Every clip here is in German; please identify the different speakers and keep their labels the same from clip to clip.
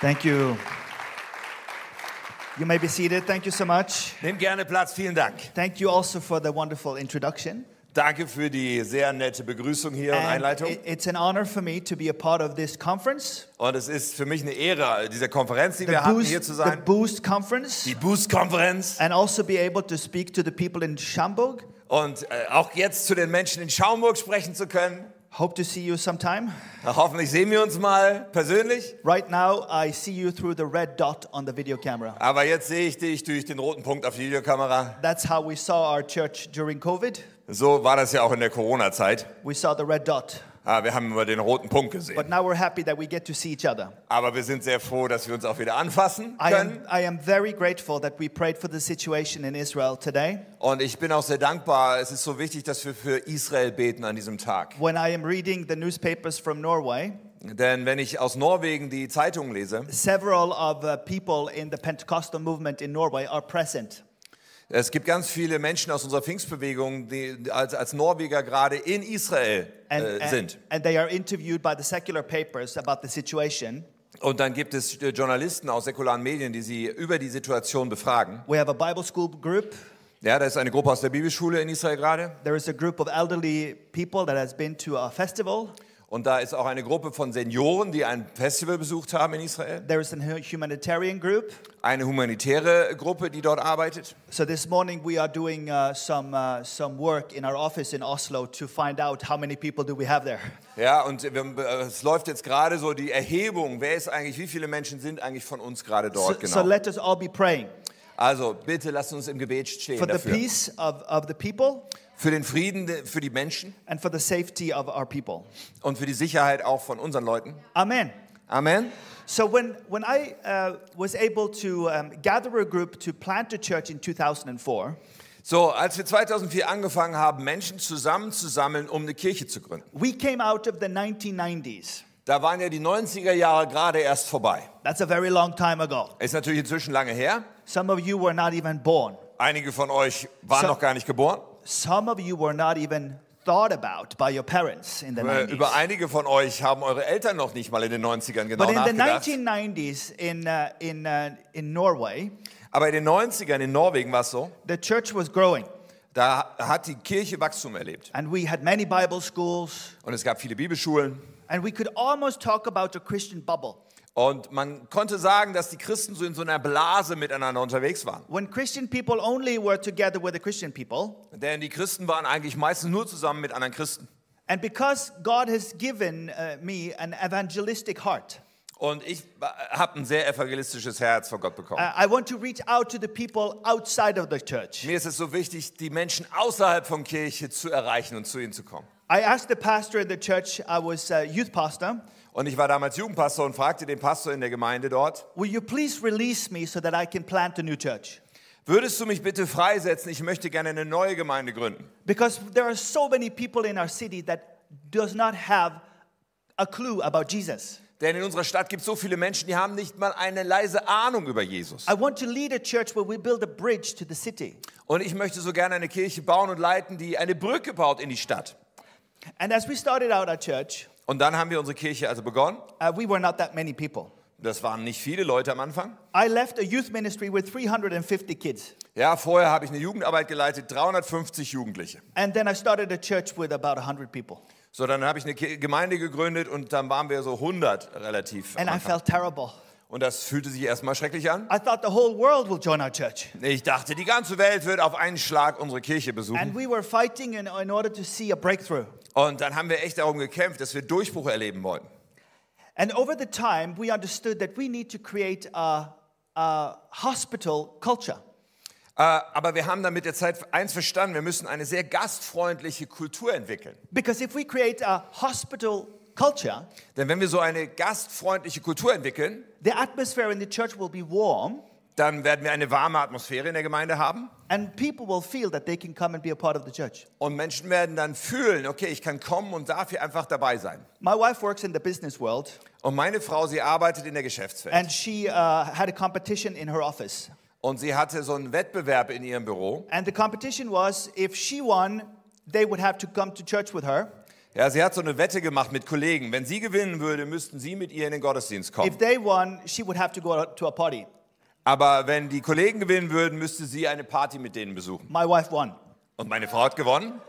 Speaker 1: Thank you. You may be seated. Thank you so much.
Speaker 2: Nimm gerne Platz, vielen Dank.
Speaker 1: Thank you also for the wonderful introduction.
Speaker 2: Danke für die sehr nette Begrüßung hier und
Speaker 1: And
Speaker 2: Einleitung.
Speaker 1: it- it's an honor for me to be a part of this conference,
Speaker 2: Und es ist für mich eine Ehre, dieser Konferenz, die
Speaker 1: the
Speaker 2: wir hatten,
Speaker 1: Boost,
Speaker 2: hier zu
Speaker 1: the
Speaker 2: sein.
Speaker 1: Boost Conference,
Speaker 2: Die Boost-Konferenz.
Speaker 1: and also be able to speak to the people in Schaumburg.
Speaker 2: Und äh, auch jetzt zu den Menschen in Schaumburg sprechen zu können.
Speaker 1: Hope to see you sometime.
Speaker 2: Na, hoffentlich sehen wir uns mal persönlich.
Speaker 1: Right now, I see you through the red dot on the video camera.
Speaker 2: Aber jetzt sehe ich dich durch den roten Punkt auf die Videokamera.
Speaker 1: That's how we saw our church during COVID.
Speaker 2: So war das ja auch in der Corona-Zeit.
Speaker 1: We saw the red dot.
Speaker 2: Ah, wir haben immer den roten Punkt gesehen.
Speaker 1: But now we're happy that we get to see each other.
Speaker 2: Aber wir sind sehr froh, dass wir uns auch wieder
Speaker 1: I
Speaker 2: anfassen
Speaker 1: am,
Speaker 2: können.
Speaker 1: I am very grateful that we prayed for the situation in Israel today.
Speaker 2: Und ich bin auch sehr dankbar. Es ist so wichtig, dass wir für Israel beten an diesem Tag.
Speaker 1: When I am reading the newspapers from Norway,
Speaker 2: Denn wenn ich aus Norwegen die Zeitung lese,
Speaker 1: several of uh, people in the Pentecostal movement in Norway are present.
Speaker 2: es gibt ganz viele Menschen aus unserer Pfingstbewegung, die als, als Norweger gerade in Israel
Speaker 1: And,
Speaker 2: äh,
Speaker 1: and,
Speaker 2: sind.
Speaker 1: and they are interviewed by the secular papers about the situation.
Speaker 2: Und dann gibt es äh, Journalisten aus säkularen Medien, die sie über die Situation befragen.
Speaker 1: We have a Bible school group.
Speaker 2: Ja, da ist eine Gruppe aus der Bibelschule in Israel gerade.
Speaker 1: There is a group of elderly people that has been to a festival.
Speaker 2: Und da ist auch eine Gruppe von Senioren, die ein Festival besucht haben in Israel.
Speaker 1: There is a hu- humanitarian group.
Speaker 2: Eine humanitäre Gruppe, die dort arbeitet.
Speaker 1: So this morning we are doing uh, some, uh, some work in our office in Oslo to find out how many people do we have there.
Speaker 2: Ja, und wir, äh, es läuft jetzt gerade so die Erhebung, wer ist eigentlich, wie viele Menschen sind eigentlich von uns gerade
Speaker 1: So,
Speaker 2: dort genau.
Speaker 1: so let us all be praying
Speaker 2: Also bitte lasst uns im Gebet stehen
Speaker 1: for the
Speaker 2: dafür.
Speaker 1: peace of, of the people
Speaker 2: Für den Frieden, de- für die Menschen
Speaker 1: and for the safety of our people.
Speaker 2: und für die Sicherheit auch von unseren Leuten.
Speaker 1: Amen.
Speaker 2: Amen.
Speaker 1: So when, when I uh, was able to um, gather a group to plant a church in 2004,
Speaker 2: So, als wir 2004 angefangen haben, Menschen zusammenzusammeln, um eine Kirche zu gründen,
Speaker 1: we came out of the 1990s.
Speaker 2: da waren ja die 90er Jahre gerade erst vorbei.
Speaker 1: That's a very long time ago.
Speaker 2: Ist natürlich inzwischen lange her.
Speaker 1: Some of you were not even born.
Speaker 2: Einige von euch waren
Speaker 1: So-
Speaker 2: noch gar nicht geboren.
Speaker 1: Some of you were not even thought about by your parents in the
Speaker 2: Äh,
Speaker 1: 90s.
Speaker 2: Über einige von euch haben eure Eltern noch nicht mal in den 90ern genau
Speaker 1: But in the
Speaker 2: nachgedacht.
Speaker 1: 1990s in, uh, in, uh, in Norway,
Speaker 2: Aber in den 90ern in Norwegen war es so,
Speaker 1: the church was growing.
Speaker 2: da hat die Kirche Wachstum erlebt.
Speaker 1: And we had many Bible schools.
Speaker 2: Und es gab viele Bibelschulen.
Speaker 1: And we could almost talk about a Christian bubble.
Speaker 2: Und man konnte sagen, dass die Christen so in so einer Blase miteinander unterwegs waren.
Speaker 1: When Christian people only were together with the Christian people,
Speaker 2: Denn die Christen waren eigentlich meistens nur zusammen mit anderen Christen.
Speaker 1: And because God has given uh, me an evangelistic heart,
Speaker 2: Und ich habe ein sehr evangelistisches Herz von Gott bekommen.
Speaker 1: uh, I want to reach out to the people outside of the church.
Speaker 2: Mir ist es so wichtig, die Menschen außerhalb von Kirche zu erreichen und zu ihnen zu kommen.
Speaker 1: I asked the pastor in the church, I was a youth pastor,
Speaker 2: Und ich war damals Jugendpastor und fragte den Pastor in der Gemeinde dort,
Speaker 1: will you please release me so that I can plant a new church?
Speaker 2: würdest du mich bitte freisetzen? Ich möchte gerne eine neue Gemeinde gründen.
Speaker 1: Because there are so many people in our city that does not have a clue about Jesus.
Speaker 2: Denn in unserer Stadt gibt es so viele Menschen, die haben nicht mal eine leise Ahnung über Jesus.
Speaker 1: I want to lead a church where we build a bridge to the city.
Speaker 2: Und ich möchte so gerne eine Kirche bauen und leiten, die eine Brücke baut in die Stadt.
Speaker 1: And as we started out our church,
Speaker 2: Und dann haben wir unsere Kirche also begonnen.
Speaker 1: uh, we were not that many people.
Speaker 2: Das waren nicht viele Leute am Anfang.
Speaker 1: I left a youth ministry with 350 kids.
Speaker 2: Ja, vorher habe ich eine Jugendarbeit geleitet, 350 Jugendliche.
Speaker 1: And then I started a church with about 100 people.
Speaker 2: So, dann habe ich eine Ki- Gemeinde gegründet und dann waren wir so 100 relativ. Am
Speaker 1: And I
Speaker 2: Anfang.
Speaker 1: felt terrible.
Speaker 2: Und das fühlte sich erstmal schrecklich an.
Speaker 1: I thought the whole world will join our church.
Speaker 2: Ich dachte, die ganze Welt wird auf einen Schlag unsere Kirche
Speaker 1: And
Speaker 2: besuchen.
Speaker 1: we were fighting in, in order to see a breakthrough.
Speaker 2: Und dann haben wir echt darum gekämpft, dass wir Durchbruch erleben wollten.
Speaker 1: And over the time, we understood that we need to create a, a hospital culture.
Speaker 2: Äh, aber wir haben dann mit der Zeit eins verstanden, wir müssen eine sehr gastfreundliche Kultur entwickeln.
Speaker 1: Because if we create a hospital culture,
Speaker 2: Denn wenn wir so eine gastfreundliche Kultur entwickeln,
Speaker 1: the atmosphere in the church will be warm
Speaker 2: dann werden wir eine warme Atmosphäre in der Gemeinde haben
Speaker 1: and people will feel that they can come and be a part of the church.
Speaker 2: und Menschen werden dann fühlen, okay, ich kann kommen und darf hier einfach dabei sein.
Speaker 1: My wife works in the business world
Speaker 2: Und meine Frau, sie arbeitet in der Geschäftswelt
Speaker 1: and she uh, had a competition in her office.
Speaker 2: und sie hatte so einen Wettbewerb in ihrem Büro.
Speaker 1: And the competition was if she won, they would have to come to church with her.
Speaker 2: Ja, sie hat so eine Wette gemacht mit Kollegen. Wenn sie gewinnen würde, müssten sie mit ihr in den Gottesdienst kommen.
Speaker 1: If they won, she would have to go to a party.
Speaker 2: Aber wenn die Kollegen gewinnen würden, müsste sie eine Party mit denen besuchen.
Speaker 1: My wife won.
Speaker 2: Und meine Frau hat gewonnen.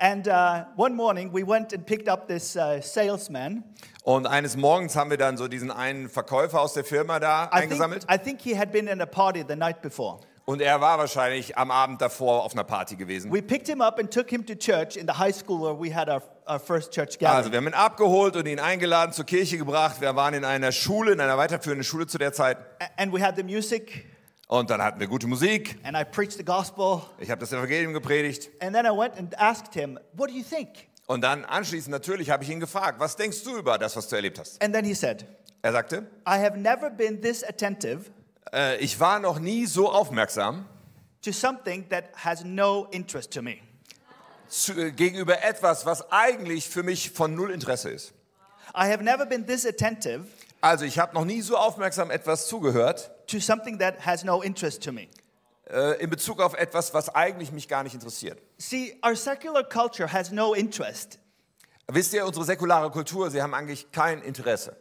Speaker 1: And uh, one morning, we went and picked up this uh, salesman.
Speaker 2: Und eines Morgens haben wir dann so diesen einen Verkäufer aus der Firma da
Speaker 1: I think,
Speaker 2: eingesammelt.
Speaker 1: I think he had been in a party the night before.
Speaker 2: Und er war wahrscheinlich am Abend davor auf einer Party gewesen.
Speaker 1: We picked him up and took him to church in the high school where we had our, our first church
Speaker 2: Also
Speaker 1: gathering.
Speaker 2: wir haben ihn abgeholt und ihn eingeladen, zur Kirche gebracht. Wir waren in einer Schule, in einer weiterführenden Schule zu der Zeit.
Speaker 1: A- And we had the music,
Speaker 2: Und dann hatten wir gute Musik.
Speaker 1: and I preached the gospel.
Speaker 2: Ich habe das Evangelium gepredigt.
Speaker 1: And then I went and asked him, What do you think?
Speaker 2: Und dann anschließend natürlich habe ich ihn gefragt, was denkst du über das, was du erlebt hast?
Speaker 1: And then he said,
Speaker 2: Er sagte,
Speaker 1: I have never been this attentive
Speaker 2: äh, ich war noch nie so aufmerksam
Speaker 1: to something that has no interest to me.
Speaker 2: zu, äh, gegenüber etwas, was eigentlich für mich von null Interesse ist.
Speaker 1: I have never been this attentive
Speaker 2: Also ich habe noch nie so aufmerksam etwas zugehört
Speaker 1: to something that has no interest to me.
Speaker 2: äh, in Bezug auf etwas, was eigentlich mich gar nicht interessiert.
Speaker 1: See, our secular culture has no interest
Speaker 2: Wisst ihr, unsere säkulare Kultur, sie haben eigentlich kein Interesse.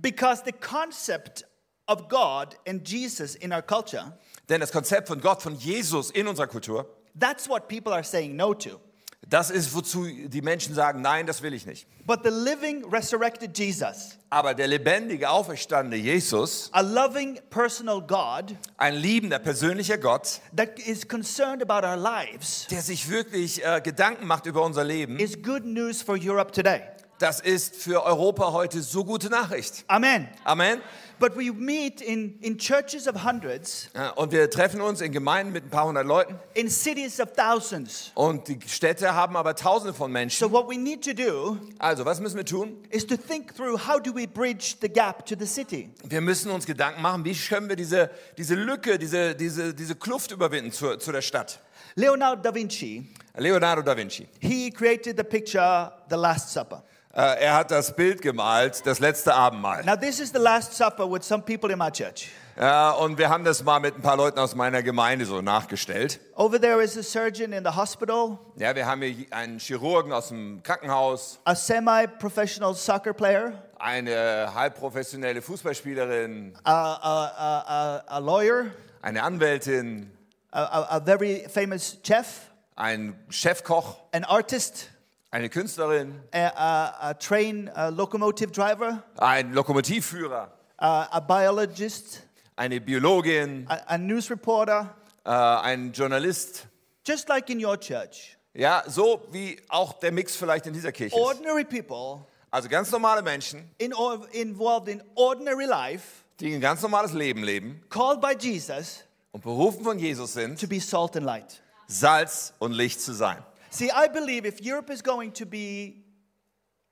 Speaker 1: because the concept of God and Jesus in our culture,
Speaker 2: Denn das Konzept von Gott, von Jesus in unserer Kultur,
Speaker 1: that's what people are saying no to.
Speaker 2: das ist, wozu die Menschen sagen, nein, das will ich nicht.
Speaker 1: But the living, resurrected Jesus,
Speaker 2: Aber der lebendige, auferstandene Jesus,
Speaker 1: a loving, personal God
Speaker 2: ein liebender, persönlicher Gott,
Speaker 1: that is concerned about our lives,
Speaker 2: der sich wirklich äh, Gedanken macht über unser Leben,
Speaker 1: is good news for Europe today.
Speaker 2: das ist für Europa heute so gute Nachricht.
Speaker 1: Amen.
Speaker 2: Amen.
Speaker 1: But we meet in, in churches of hundreds,
Speaker 2: Ja, Und wir treffen uns in Gemeinden mit ein paar hundert Leuten
Speaker 1: in cities of thousands.
Speaker 2: und die Städte haben aber Tausende von
Speaker 1: So,
Speaker 2: Menschen.
Speaker 1: what we need to do
Speaker 2: Also, was müssen wir tun?
Speaker 1: is to think through how do we bridge the gap to the city?
Speaker 2: Wir müssen uns Gedanken machen, wie können wir diese, diese Lücke, diese, diese, diese Kluft überwinden zu, zu der Stadt.
Speaker 1: Leonardo da Vinci,
Speaker 2: Leonardo da Vinci.
Speaker 1: he created the picture, The Last Supper.
Speaker 2: Äh, Er hat das Bild gemalt, das letzte Abendmahl.
Speaker 1: Now, this is The Last Supper with some people in my church.
Speaker 2: Ja, und wir haben das mal mit ein paar Leuten aus meiner Gemeinde so nachgestellt.
Speaker 1: Over there is a surgeon in the hospital,
Speaker 2: Ja, wir haben hier einen Chirurgen aus dem Krankenhaus,
Speaker 1: a semi professional soccer player,
Speaker 2: eine halbprofessionelle Fußballspielerin,
Speaker 1: a, a, a, a, a lawyer,
Speaker 2: eine Anwältin,
Speaker 1: a, a, a very famous chef,
Speaker 2: ein Chefkoch,
Speaker 1: an artist,
Speaker 2: eine Künstlerin,
Speaker 1: a, a, a train a locomotive driver, uh,
Speaker 2: ein Lokomotivführer,
Speaker 1: a, a biologist,
Speaker 2: eine Biologin,
Speaker 1: a, a news reporter,
Speaker 2: äh, ein Journalist.
Speaker 1: just like in your church.
Speaker 2: Ja, so wie auch der Mix vielleicht in dieser Kirche ist.
Speaker 1: Ordinary people
Speaker 2: Also ganz normale Menschen,
Speaker 1: in, or- involved in ordinary life
Speaker 2: die ein ganz normales Leben leben
Speaker 1: called by Jesus
Speaker 2: und berufen von Jesus sind,
Speaker 1: to be salt and light.
Speaker 2: Salz und Licht zu sein.
Speaker 1: See, I believe if Europe is going to be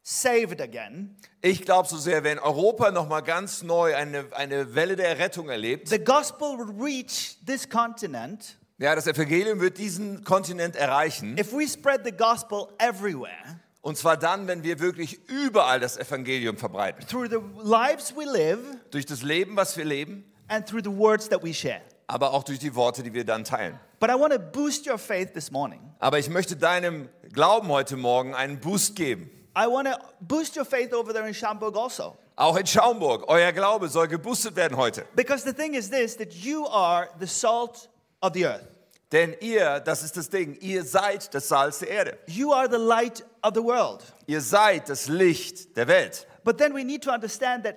Speaker 1: saved again,
Speaker 2: Ich glaube so sehr, wenn Europa nochmal ganz neu eine, eine Welle der Errettung erlebt,
Speaker 1: the gospel will reach this continent
Speaker 2: ja, das Evangelium wird diesen Kontinent erreichen.
Speaker 1: if we spread the gospel everywhere
Speaker 2: Und zwar dann, wenn wir wirklich überall das Evangelium verbreiten.
Speaker 1: through the lives we live
Speaker 2: Durch das Leben, was wir leben,
Speaker 1: and through the words that we share.
Speaker 2: aber auch durch die Worte, die wir dann teilen.
Speaker 1: But I want to boost your faith this morning.
Speaker 2: Aber ich möchte deinem Glauben heute Morgen einen Boost geben.
Speaker 1: I want to boost your faith over there in Schaumburg also.
Speaker 2: Auch in Schaumburg, euer Glaube soll geboostet werden heute.
Speaker 1: Because the thing is this that you are the salt of the earth.
Speaker 2: Denn ihr, das ist das Ding, ihr seid das Salz der Erde.
Speaker 1: You are the light of the world.
Speaker 2: Ihr seid das Licht der Welt.
Speaker 1: But then we need to understand that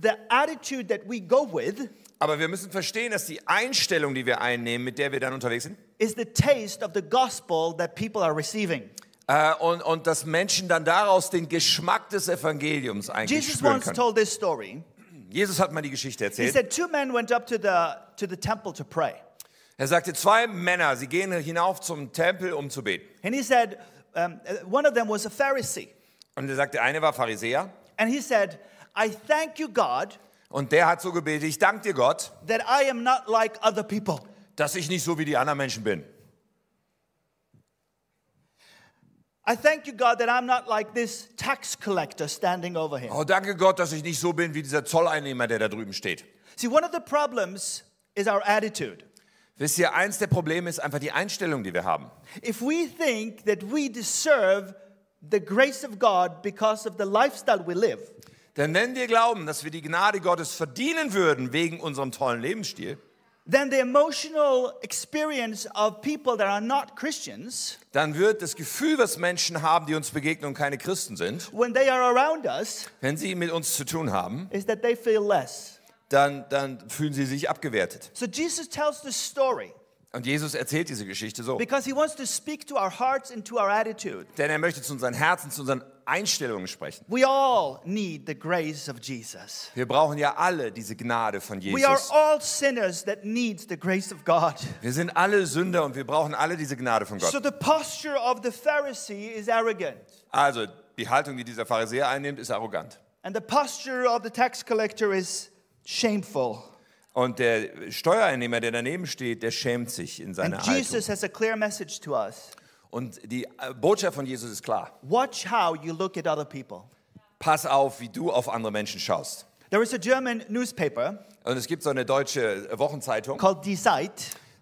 Speaker 1: the attitude that we go with
Speaker 2: Aber wir müssen verstehen, dass die Einstellung, die wir einnehmen, mit der wir dann unterwegs sind,
Speaker 1: is the taste of the gospel that people are receiving.
Speaker 2: äh, und, und dass Menschen dann daraus den Geschmack des Evangeliums eigentlich
Speaker 1: Jesus
Speaker 2: spüren
Speaker 1: once
Speaker 2: können.
Speaker 1: told this story.
Speaker 2: Jesus hat mal die Geschichte
Speaker 1: He
Speaker 2: erzählt.
Speaker 1: said, Two men went up to the, to the temple to pray.
Speaker 2: er sagte, zwei Männer, sie gehen hinauf zum Tempel, um zu beten.
Speaker 1: And he said, um, uh, One of them was a Pharisee.
Speaker 2: Und er sagte, der eine war Pharisäer
Speaker 1: And he said, I thank you, God,
Speaker 2: und der hat so gebetet, ich danke dir Gott,
Speaker 1: that I am not like other people.
Speaker 2: dass ich nicht so wie die anderen Menschen bin.
Speaker 1: I thank you, God, that I'm not like this tax collector standing over him.
Speaker 2: Oh, danke Gott, dass ich nicht so bin wie dieser Zolleinnehmer, der da drüben steht.
Speaker 1: See, one of the problems is our attitude.
Speaker 2: Wisst ihr, eins der Probleme ist einfach die Einstellung, die wir haben.
Speaker 1: If we think that we deserve the grace of God because of the lifestyle we live,
Speaker 2: Denn wenn wir glauben, dass wir die Gnade Gottes verdienen würden wegen unserem tollen Lebensstil,
Speaker 1: then the emotional experience of people that are not Christians,
Speaker 2: dann wird das Gefühl, was Menschen haben, die uns begegnen und keine Christen sind,
Speaker 1: when they are around us,
Speaker 2: wenn sie mit uns zu tun haben,
Speaker 1: is that they feel less.
Speaker 2: dann, dann fühlen sie sich abgewertet.
Speaker 1: So Jesus tells this story
Speaker 2: Und Jesus erzählt diese Geschichte so.
Speaker 1: because he wants to speak to our hearts and to our attitude.
Speaker 2: Denn er möchte zu unseren Herzen, zu unseren Einstellungen sprechen.
Speaker 1: We all need the grace of Jesus.
Speaker 2: Wir brauchen ja alle diese Gnade von
Speaker 1: We are
Speaker 2: Jesus.
Speaker 1: all sinners that needs the grace of God.
Speaker 2: Wir sind alle Sünder und wir brauchen alle diese Gnade von
Speaker 1: So
Speaker 2: Gott.
Speaker 1: the posture of the Pharisee is arrogant,
Speaker 2: Also, die Haltung, die dieser Pharisäer einnimmt, ist arrogant.
Speaker 1: and the posture of the tax collector is shameful.
Speaker 2: Und der Steuereinnehmer, der daneben steht, der schämt sich in
Speaker 1: And
Speaker 2: seiner Haltung.
Speaker 1: Jesus has a clear message to us.
Speaker 2: Und die äh, Botschaft von Jesus ist klar.
Speaker 1: Watch how you look at other people.
Speaker 2: Pass auf, wie du auf andere Menschen schaust.
Speaker 1: There is a German newspaper
Speaker 2: Und es gibt so eine deutsche äh, Wochenzeitung,
Speaker 1: called Die Zeit,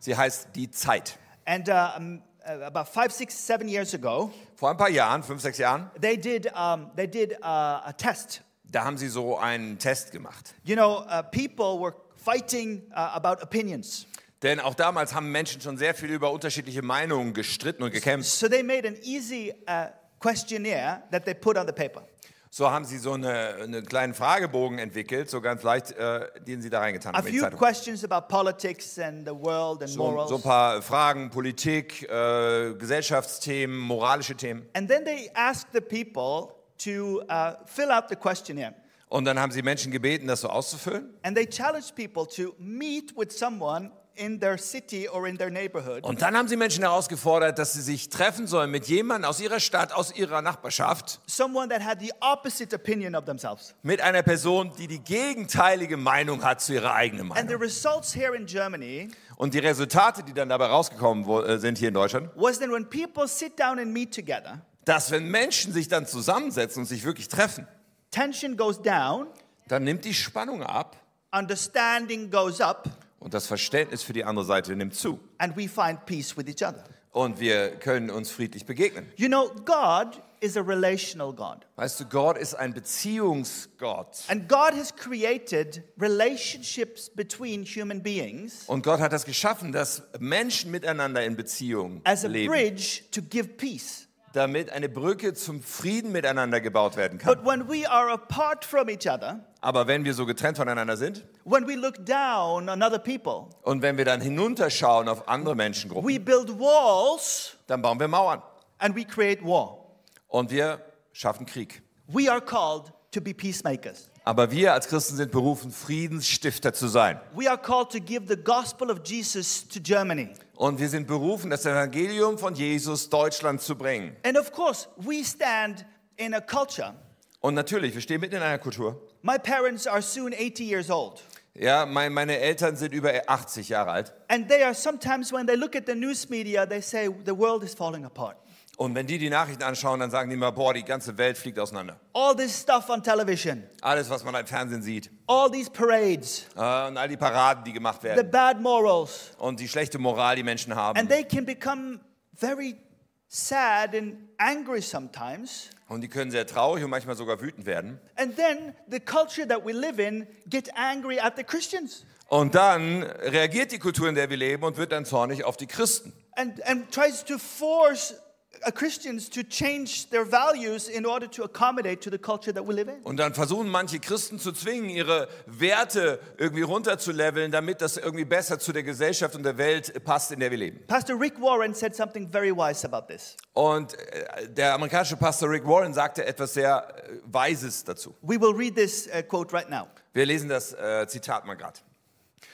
Speaker 2: sie heißt Die Zeit.
Speaker 1: and uh, um, uh, about five, six, seven years ago,
Speaker 2: Vor ein paar Jahren, fünf, sechs Jahren,
Speaker 1: they did, um, they did uh, a test.
Speaker 2: da haben sie so einen Test gemacht.
Speaker 1: You know, uh, people were fighting uh, about opinions.
Speaker 2: Denn auch damals haben Menschen schon sehr viel über unterschiedliche Meinungen gestritten und gekämpft.
Speaker 1: So they made an easy uh, questionnaire that they put on the paper.
Speaker 2: So haben sie so eine, einen kleinen Fragebogen entwickelt, so ganz leicht, äh, den sie da reingetan
Speaker 1: A
Speaker 2: haben. in die
Speaker 1: few
Speaker 2: Zeitung.
Speaker 1: questions about politics and the world and
Speaker 2: So,
Speaker 1: morals.
Speaker 2: so ein paar Fragen, Politik, äh, Gesellschaftsthemen, moralische Themen.
Speaker 1: And then they asked the people to uh, fill out the questionnaire.
Speaker 2: Und dann haben sie Menschen gebeten, das so auszufüllen.
Speaker 1: And they challenged people to meet with someone in their city or in their neighborhood
Speaker 2: Und dann haben sie Menschen herausgefordert, dass sie sich treffen sollen mit jemandem aus ihrer Stadt, aus ihrer Nachbarschaft,
Speaker 1: someone that had the opposite opinion of themselves.
Speaker 2: mit einer Person, die die gegenteilige Meinung hat zu ihrer eigenen
Speaker 1: And the
Speaker 2: Meinung.
Speaker 1: results here in Germany
Speaker 2: Und die Resultate, die dann dabei rausgekommen wo- äh, sind hier in Deutschland,
Speaker 1: was that when people sit down and meet together,
Speaker 2: dass wenn Menschen sich dann zusammensetzen und sich wirklich treffen,
Speaker 1: tension goes down,
Speaker 2: dann nimmt die Spannung ab
Speaker 1: understanding goes up,
Speaker 2: und das Verständnis für die andere Seite nimmt zu.
Speaker 1: and we find peace with each other.
Speaker 2: Und wir können uns friedlich begegnen.
Speaker 1: You know, God is a relational God.
Speaker 2: Weißt du, Gott ist ein Beziehungsgott.
Speaker 1: And God has created relationships between human beings
Speaker 2: Und Gott hat das geschaffen, dass Menschen miteinander in Beziehung
Speaker 1: as a
Speaker 2: leben,
Speaker 1: bridge to give peace.
Speaker 2: damit eine Brücke zum Frieden miteinander gebaut werden kann.
Speaker 1: But when we are apart from each other,
Speaker 2: Aber wenn wir so getrennt voneinander sind
Speaker 1: when we look down on other people,
Speaker 2: und wenn wir dann hinunterschauen auf andere Menschengruppen,
Speaker 1: we build walls
Speaker 2: dann bauen wir Mauern
Speaker 1: and we create war.
Speaker 2: und wir schaffen Krieg.
Speaker 1: We are called to be peacemakers.
Speaker 2: Aber wir als Christen sind berufen, Friedensstifter zu sein.
Speaker 1: We are called to give the gospel of Jesus to Germany.
Speaker 2: Und wir sind berufen, das Evangelium von Jesus Deutschland zu bringen.
Speaker 1: And of course, we stand in a culture.
Speaker 2: Und natürlich, wir stehen mitten in einer Kultur.
Speaker 1: My parents are soon 80 years old.
Speaker 2: Ja, mein, meine Eltern sind über 80 Jahre alt.
Speaker 1: And they are sometimes, when they look at the news media, they say, the world is falling apart.
Speaker 2: Und wenn die die Nachrichten anschauen, dann sagen die immer, boah, die ganze Welt fliegt auseinander.
Speaker 1: All this stuff on television,
Speaker 2: Alles, was man im Fernsehen sieht
Speaker 1: all these parades,
Speaker 2: äh, und all die Paraden, die gemacht
Speaker 1: the
Speaker 2: werden
Speaker 1: bad morals,
Speaker 2: und die schlechte Moral, die Menschen
Speaker 1: and
Speaker 2: haben.
Speaker 1: they can become very sad and angry sometimes.
Speaker 2: Und die können sehr traurig und manchmal sogar wütend werden.
Speaker 1: And then the culture that we live in get angry at the Christians
Speaker 2: Und dann reagiert die Kultur, in der wir leben, und wird dann zornig auf die Christen.
Speaker 1: and, and tries to force uh, Christians to change their values in order to accommodate to the culture that we live in.
Speaker 2: Und dann versuchen manche Christen zu zwingen, ihre Werte irgendwie runterzuleveln, damit das irgendwie besser zu der Gesellschaft und der Welt passt, in der wir leben.
Speaker 1: Pastor Rick Warren said something very wise about this.
Speaker 2: Und äh, der amerikanische Pastor Rick Warren sagte etwas sehr äh, Weises dazu.
Speaker 1: We will read this uh, quote right now.
Speaker 2: Wir lesen das äh, Zitat mal gerade.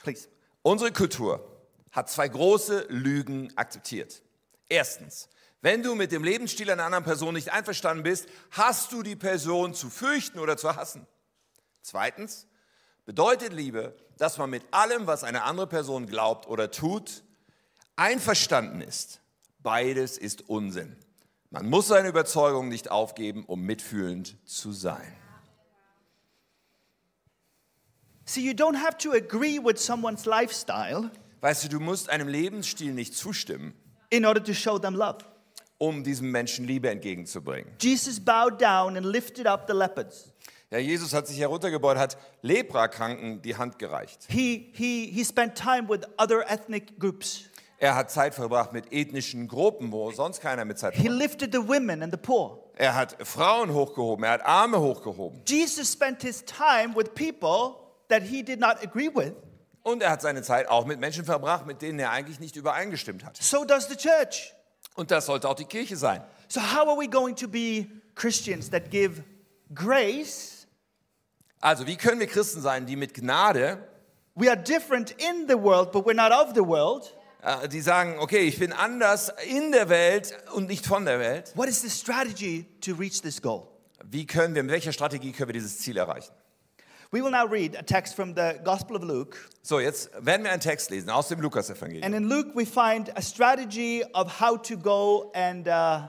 Speaker 1: Please.
Speaker 2: Unsere Kultur hat zwei große Lügen akzeptiert. Erstens, wenn du mit dem Lebensstil einer anderen Person nicht einverstanden bist, hast du die Person zu fürchten oder zu hassen. Zweitens, bedeutet Liebe, dass man mit allem, was eine andere Person glaubt oder tut, einverstanden ist. Beides ist Unsinn. Man muss seine Überzeugung nicht aufgeben, um mitfühlend zu sein.
Speaker 1: See, you don't have to agree with someone's lifestyle
Speaker 2: Weißt du, du musst einem Lebensstil nicht zustimmen,
Speaker 1: in order to show them love.
Speaker 2: um diesem Menschen Liebe entgegenzubringen.
Speaker 1: Jesus bowed down and lifted up the lepers.
Speaker 2: Ja, Jesus hat sich heruntergebeugt, hat Leprakranken die Hand gereicht.
Speaker 1: He, he, he spent time with other ethnic groups.
Speaker 2: Er hat Zeit verbracht mit ethnischen Gruppen, wo sonst keiner mit Zeit
Speaker 1: He
Speaker 2: verbracht.
Speaker 1: lifted the women and the poor.
Speaker 2: Er hat Frauen hochgehoben, er hat Arme hochgehoben
Speaker 1: Jesus spent his time with people that he did not agree with.
Speaker 2: und er hat seine Zeit auch mit Menschen verbracht, mit denen er eigentlich nicht übereingestimmt hat.
Speaker 1: So does the church.
Speaker 2: Und das sollte auch die Kirche sein.
Speaker 1: So, how are we going to be Christians that give grace?
Speaker 2: Also, wie können wir Christen sein, die mit Gnade,
Speaker 1: We are different in the world, but we're not of the world.
Speaker 2: äh, die sagen, okay, ich bin anders in der Welt und nicht von der Welt.
Speaker 1: What is the strategy to reach this goal?
Speaker 2: Wie können wir, mit welcher Strategie können wir dieses Ziel erreichen?
Speaker 1: We will now read a text from the Gospel of Luke.
Speaker 2: So, jetzt werden wir einen Text lesen aus dem Lukas-Evangelium.
Speaker 1: And in Luke, we find a strategy of how to go and uh,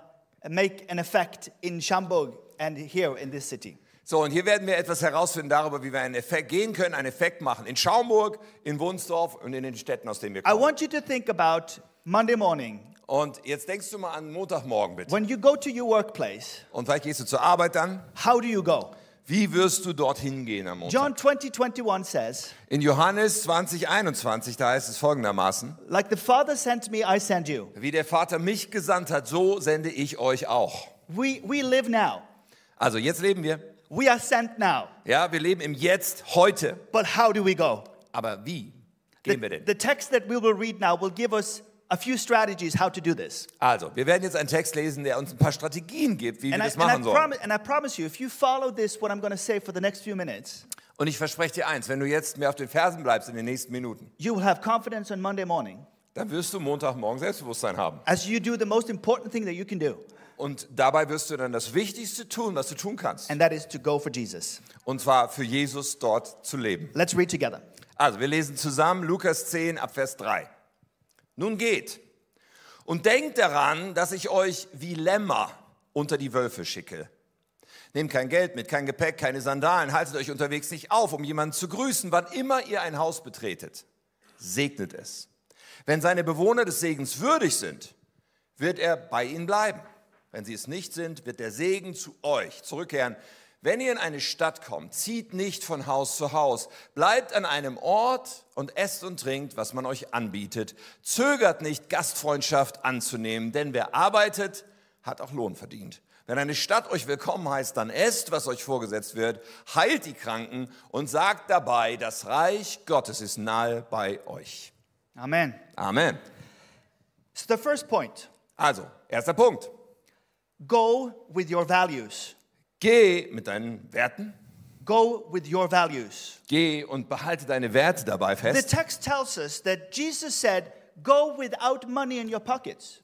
Speaker 1: make an effect in Shamburg and here in this city.
Speaker 2: So, und hier werden wir etwas herausfinden darüber, wie wir einen Effekt gehen können, einen Effekt machen. In Schaumburg, in Wunsdorf und in den Städten, aus denen wir
Speaker 1: I
Speaker 2: kommen.
Speaker 1: want you to think about Monday morning
Speaker 2: Und jetzt denkst du mal an Montagmorgen bitte.
Speaker 1: when you go to your workplace.
Speaker 2: Und vielleicht gehst du zur Arbeit dann.
Speaker 1: How do you go?
Speaker 2: Wie wirst du dorthin gehen am Montag?
Speaker 1: John 20, 21 says,
Speaker 2: In Johannes 20, 21, da heißt es folgendermaßen.
Speaker 1: Like the Father sent me, I send you.
Speaker 2: Wie der Vater mich gesandt hat, so sende ich euch auch.
Speaker 1: We, we live now.
Speaker 2: Also jetzt leben wir.
Speaker 1: We are sent now.
Speaker 2: Ja, wir leben im Jetzt, heute.
Speaker 1: But how do we go?
Speaker 2: Aber wie
Speaker 1: The,
Speaker 2: gehen wir denn?
Speaker 1: the text that we will read now will give us a few strategies how to do this.
Speaker 2: Also, wir werden jetzt einen Text lesen, der uns ein paar Strategien gibt, wie wir
Speaker 1: And I,
Speaker 2: das
Speaker 1: and, I
Speaker 2: machen sollen.
Speaker 1: promi- and I promise you, if you follow this, what I'm going to say for the next few minutes,
Speaker 2: Und ich verspreche dir eins, wenn du jetzt mir auf den Fersen bleibst in den nächsten Minuten,
Speaker 1: you will have confidence on Monday morning
Speaker 2: dann wirst du Montagmorgen Selbstbewusstsein haben.
Speaker 1: as you do the most important thing that you can do,
Speaker 2: Und dabei wirst du dann das Wichtigste tun, was du tun kannst.
Speaker 1: and that is to go for Jesus.
Speaker 2: Und zwar für Jesus dort zu leben.
Speaker 1: Let's read together.
Speaker 2: Also, wir lesen zusammen Lukas 10 ab Vers 3. Nun geht und denkt daran, dass ich euch wie Lämmer unter die Wölfe schicke. Nehmt kein Geld mit, kein Gepäck, keine Sandalen, haltet euch unterwegs nicht auf, um jemanden zu grüßen, wann immer ihr ein Haus betretet. Segnet es. Wenn seine Bewohner des Segens würdig sind, wird er bei ihnen bleiben. Wenn sie es nicht sind, wird der Segen zu euch zurückkehren. Wenn ihr in eine Stadt kommt, zieht nicht von Haus zu Haus, bleibt an einem Ort und esst und trinkt, was man euch anbietet. Zögert nicht, Gastfreundschaft anzunehmen, denn wer arbeitet, hat auch Lohn verdient. Wenn eine Stadt euch willkommen heißt, dann esst, was euch vorgesetzt wird, heilt die Kranken und sagt dabei, das Reich Gottes ist nahe bei euch.
Speaker 1: Amen.
Speaker 2: Amen.
Speaker 1: So, the first point
Speaker 2: Also, erster Punkt.
Speaker 1: go with your values.
Speaker 2: Geh mit deinen Werten.
Speaker 1: Go with your values.
Speaker 2: Geh und behalte deine Werte dabei
Speaker 1: The
Speaker 2: fest.
Speaker 1: text tells us that Jesus said, Go without money in your pockets.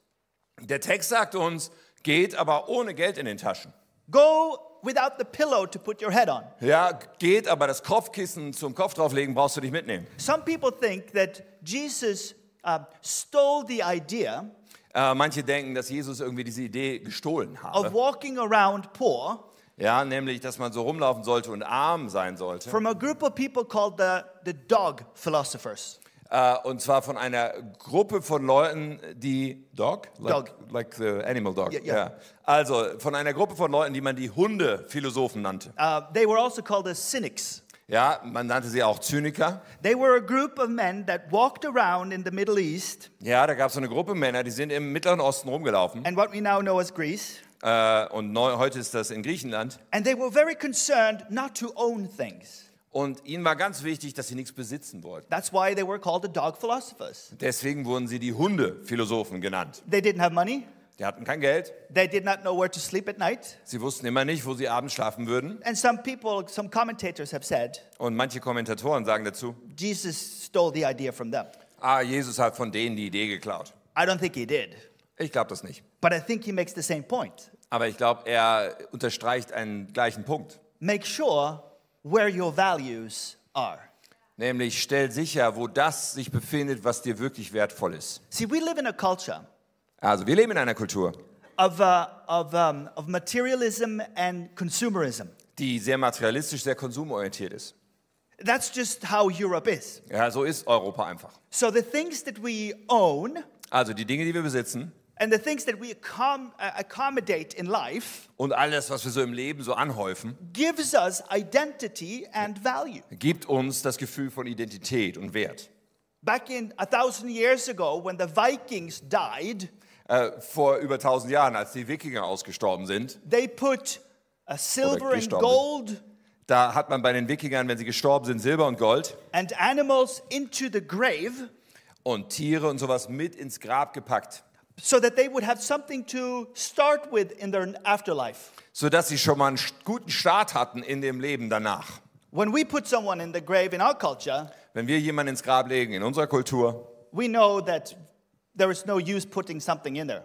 Speaker 2: Der Text sagt uns, geht aber ohne Geld in den Taschen.
Speaker 1: Go without the pillow to put your head on.
Speaker 2: Ja, geht aber das Kopfkissen zum Kopf drauflegen, brauchst du nicht mitnehmen.
Speaker 1: Some people think that Jesus uh, stole the idea
Speaker 2: Äh, manche denken, dass Jesus irgendwie diese Idee gestohlen
Speaker 1: of
Speaker 2: habe.
Speaker 1: walking around poor
Speaker 2: Ja, nämlich, dass man so rumlaufen sollte und arm sein sollte.
Speaker 1: from a group of people called the, the dog philosophers.
Speaker 2: Äh, und zwar von einer Gruppe von Leuten, die Dog, like,
Speaker 1: Dog.
Speaker 2: like the animal dog.
Speaker 1: Ja, ja.
Speaker 2: Ja. Also von einer Gruppe von Leuten, die man die Hundephilosophen nannte.
Speaker 1: Uh, they were also called the cynics.
Speaker 2: Ja, man nannte sie auch Zyniker.
Speaker 1: They were a group of men that walked around in the Middle East
Speaker 2: Ja, da gab es so eine Gruppe Männer, die sind im Mittleren Osten rumgelaufen.
Speaker 1: and what we now know as Greece.
Speaker 2: Äh, und neu, heute ist das in Griechenland.
Speaker 1: And they were very concerned not to own things.
Speaker 2: Und ihnen war ganz wichtig, dass sie nichts besitzen wollten.
Speaker 1: That's why they were called the dog philosophers.
Speaker 2: Deswegen wurden sie die Hundephilosophen genannt.
Speaker 1: They didn't have money.
Speaker 2: Die hatten kein Geld.
Speaker 1: They did not know where to sleep at night.
Speaker 2: Sie wussten immer nicht, wo sie abends schlafen würden.
Speaker 1: And some people, some commentators have said
Speaker 2: Und manche Kommentatoren sagen dazu,
Speaker 1: Jesus stole the idea from them.
Speaker 2: ah, Jesus hat von denen die Idee geklaut.
Speaker 1: I don't think he did,
Speaker 2: Ich glaube das nicht.
Speaker 1: but I think he makes the same point.
Speaker 2: Aber ich glaube, er unterstreicht einen gleichen Punkt.
Speaker 1: Make sure where your values are.
Speaker 2: Nämlich stell sicher, wo das sich befindet, was dir wirklich wertvoll ist.
Speaker 1: See, we live in a culture
Speaker 2: Also wir leben in einer Kultur,
Speaker 1: of, uh, of, um, of materialism and consumerism.
Speaker 2: die sehr materialistisch, sehr konsumorientiert ist.
Speaker 1: That's just how Europe is.
Speaker 2: Ja, so ist Europa einfach.
Speaker 1: So the things that we own
Speaker 2: Also die Dinge, die wir besitzen,
Speaker 1: and the things that we accom- uh, accommodate in life
Speaker 2: und alles, was wir so im Leben so anhäufen,
Speaker 1: gives us identity and value.
Speaker 2: gibt uns das Gefühl von Identität und Wert.
Speaker 1: Back in a thousand years ago, when the Vikings died,
Speaker 2: Äh, vor über 1000 Jahren, als die Wikinger ausgestorben sind,
Speaker 1: they put a silver and
Speaker 2: gestorben.
Speaker 1: gold
Speaker 2: da hat man bei den Wikingern, wenn sie gestorben sind, Silber und Gold
Speaker 1: and animals into the grave
Speaker 2: und Tiere und sowas mit ins Grab gepackt,
Speaker 1: so that they would have something to start with in their afterlife.
Speaker 2: sodass sie schon mal einen st- guten Start hatten in dem Leben danach.
Speaker 1: When we put someone in the grave in our culture,
Speaker 2: Wenn wir jemanden ins Grab legen, in unserer Kultur,
Speaker 1: we know that there is no use putting something in there.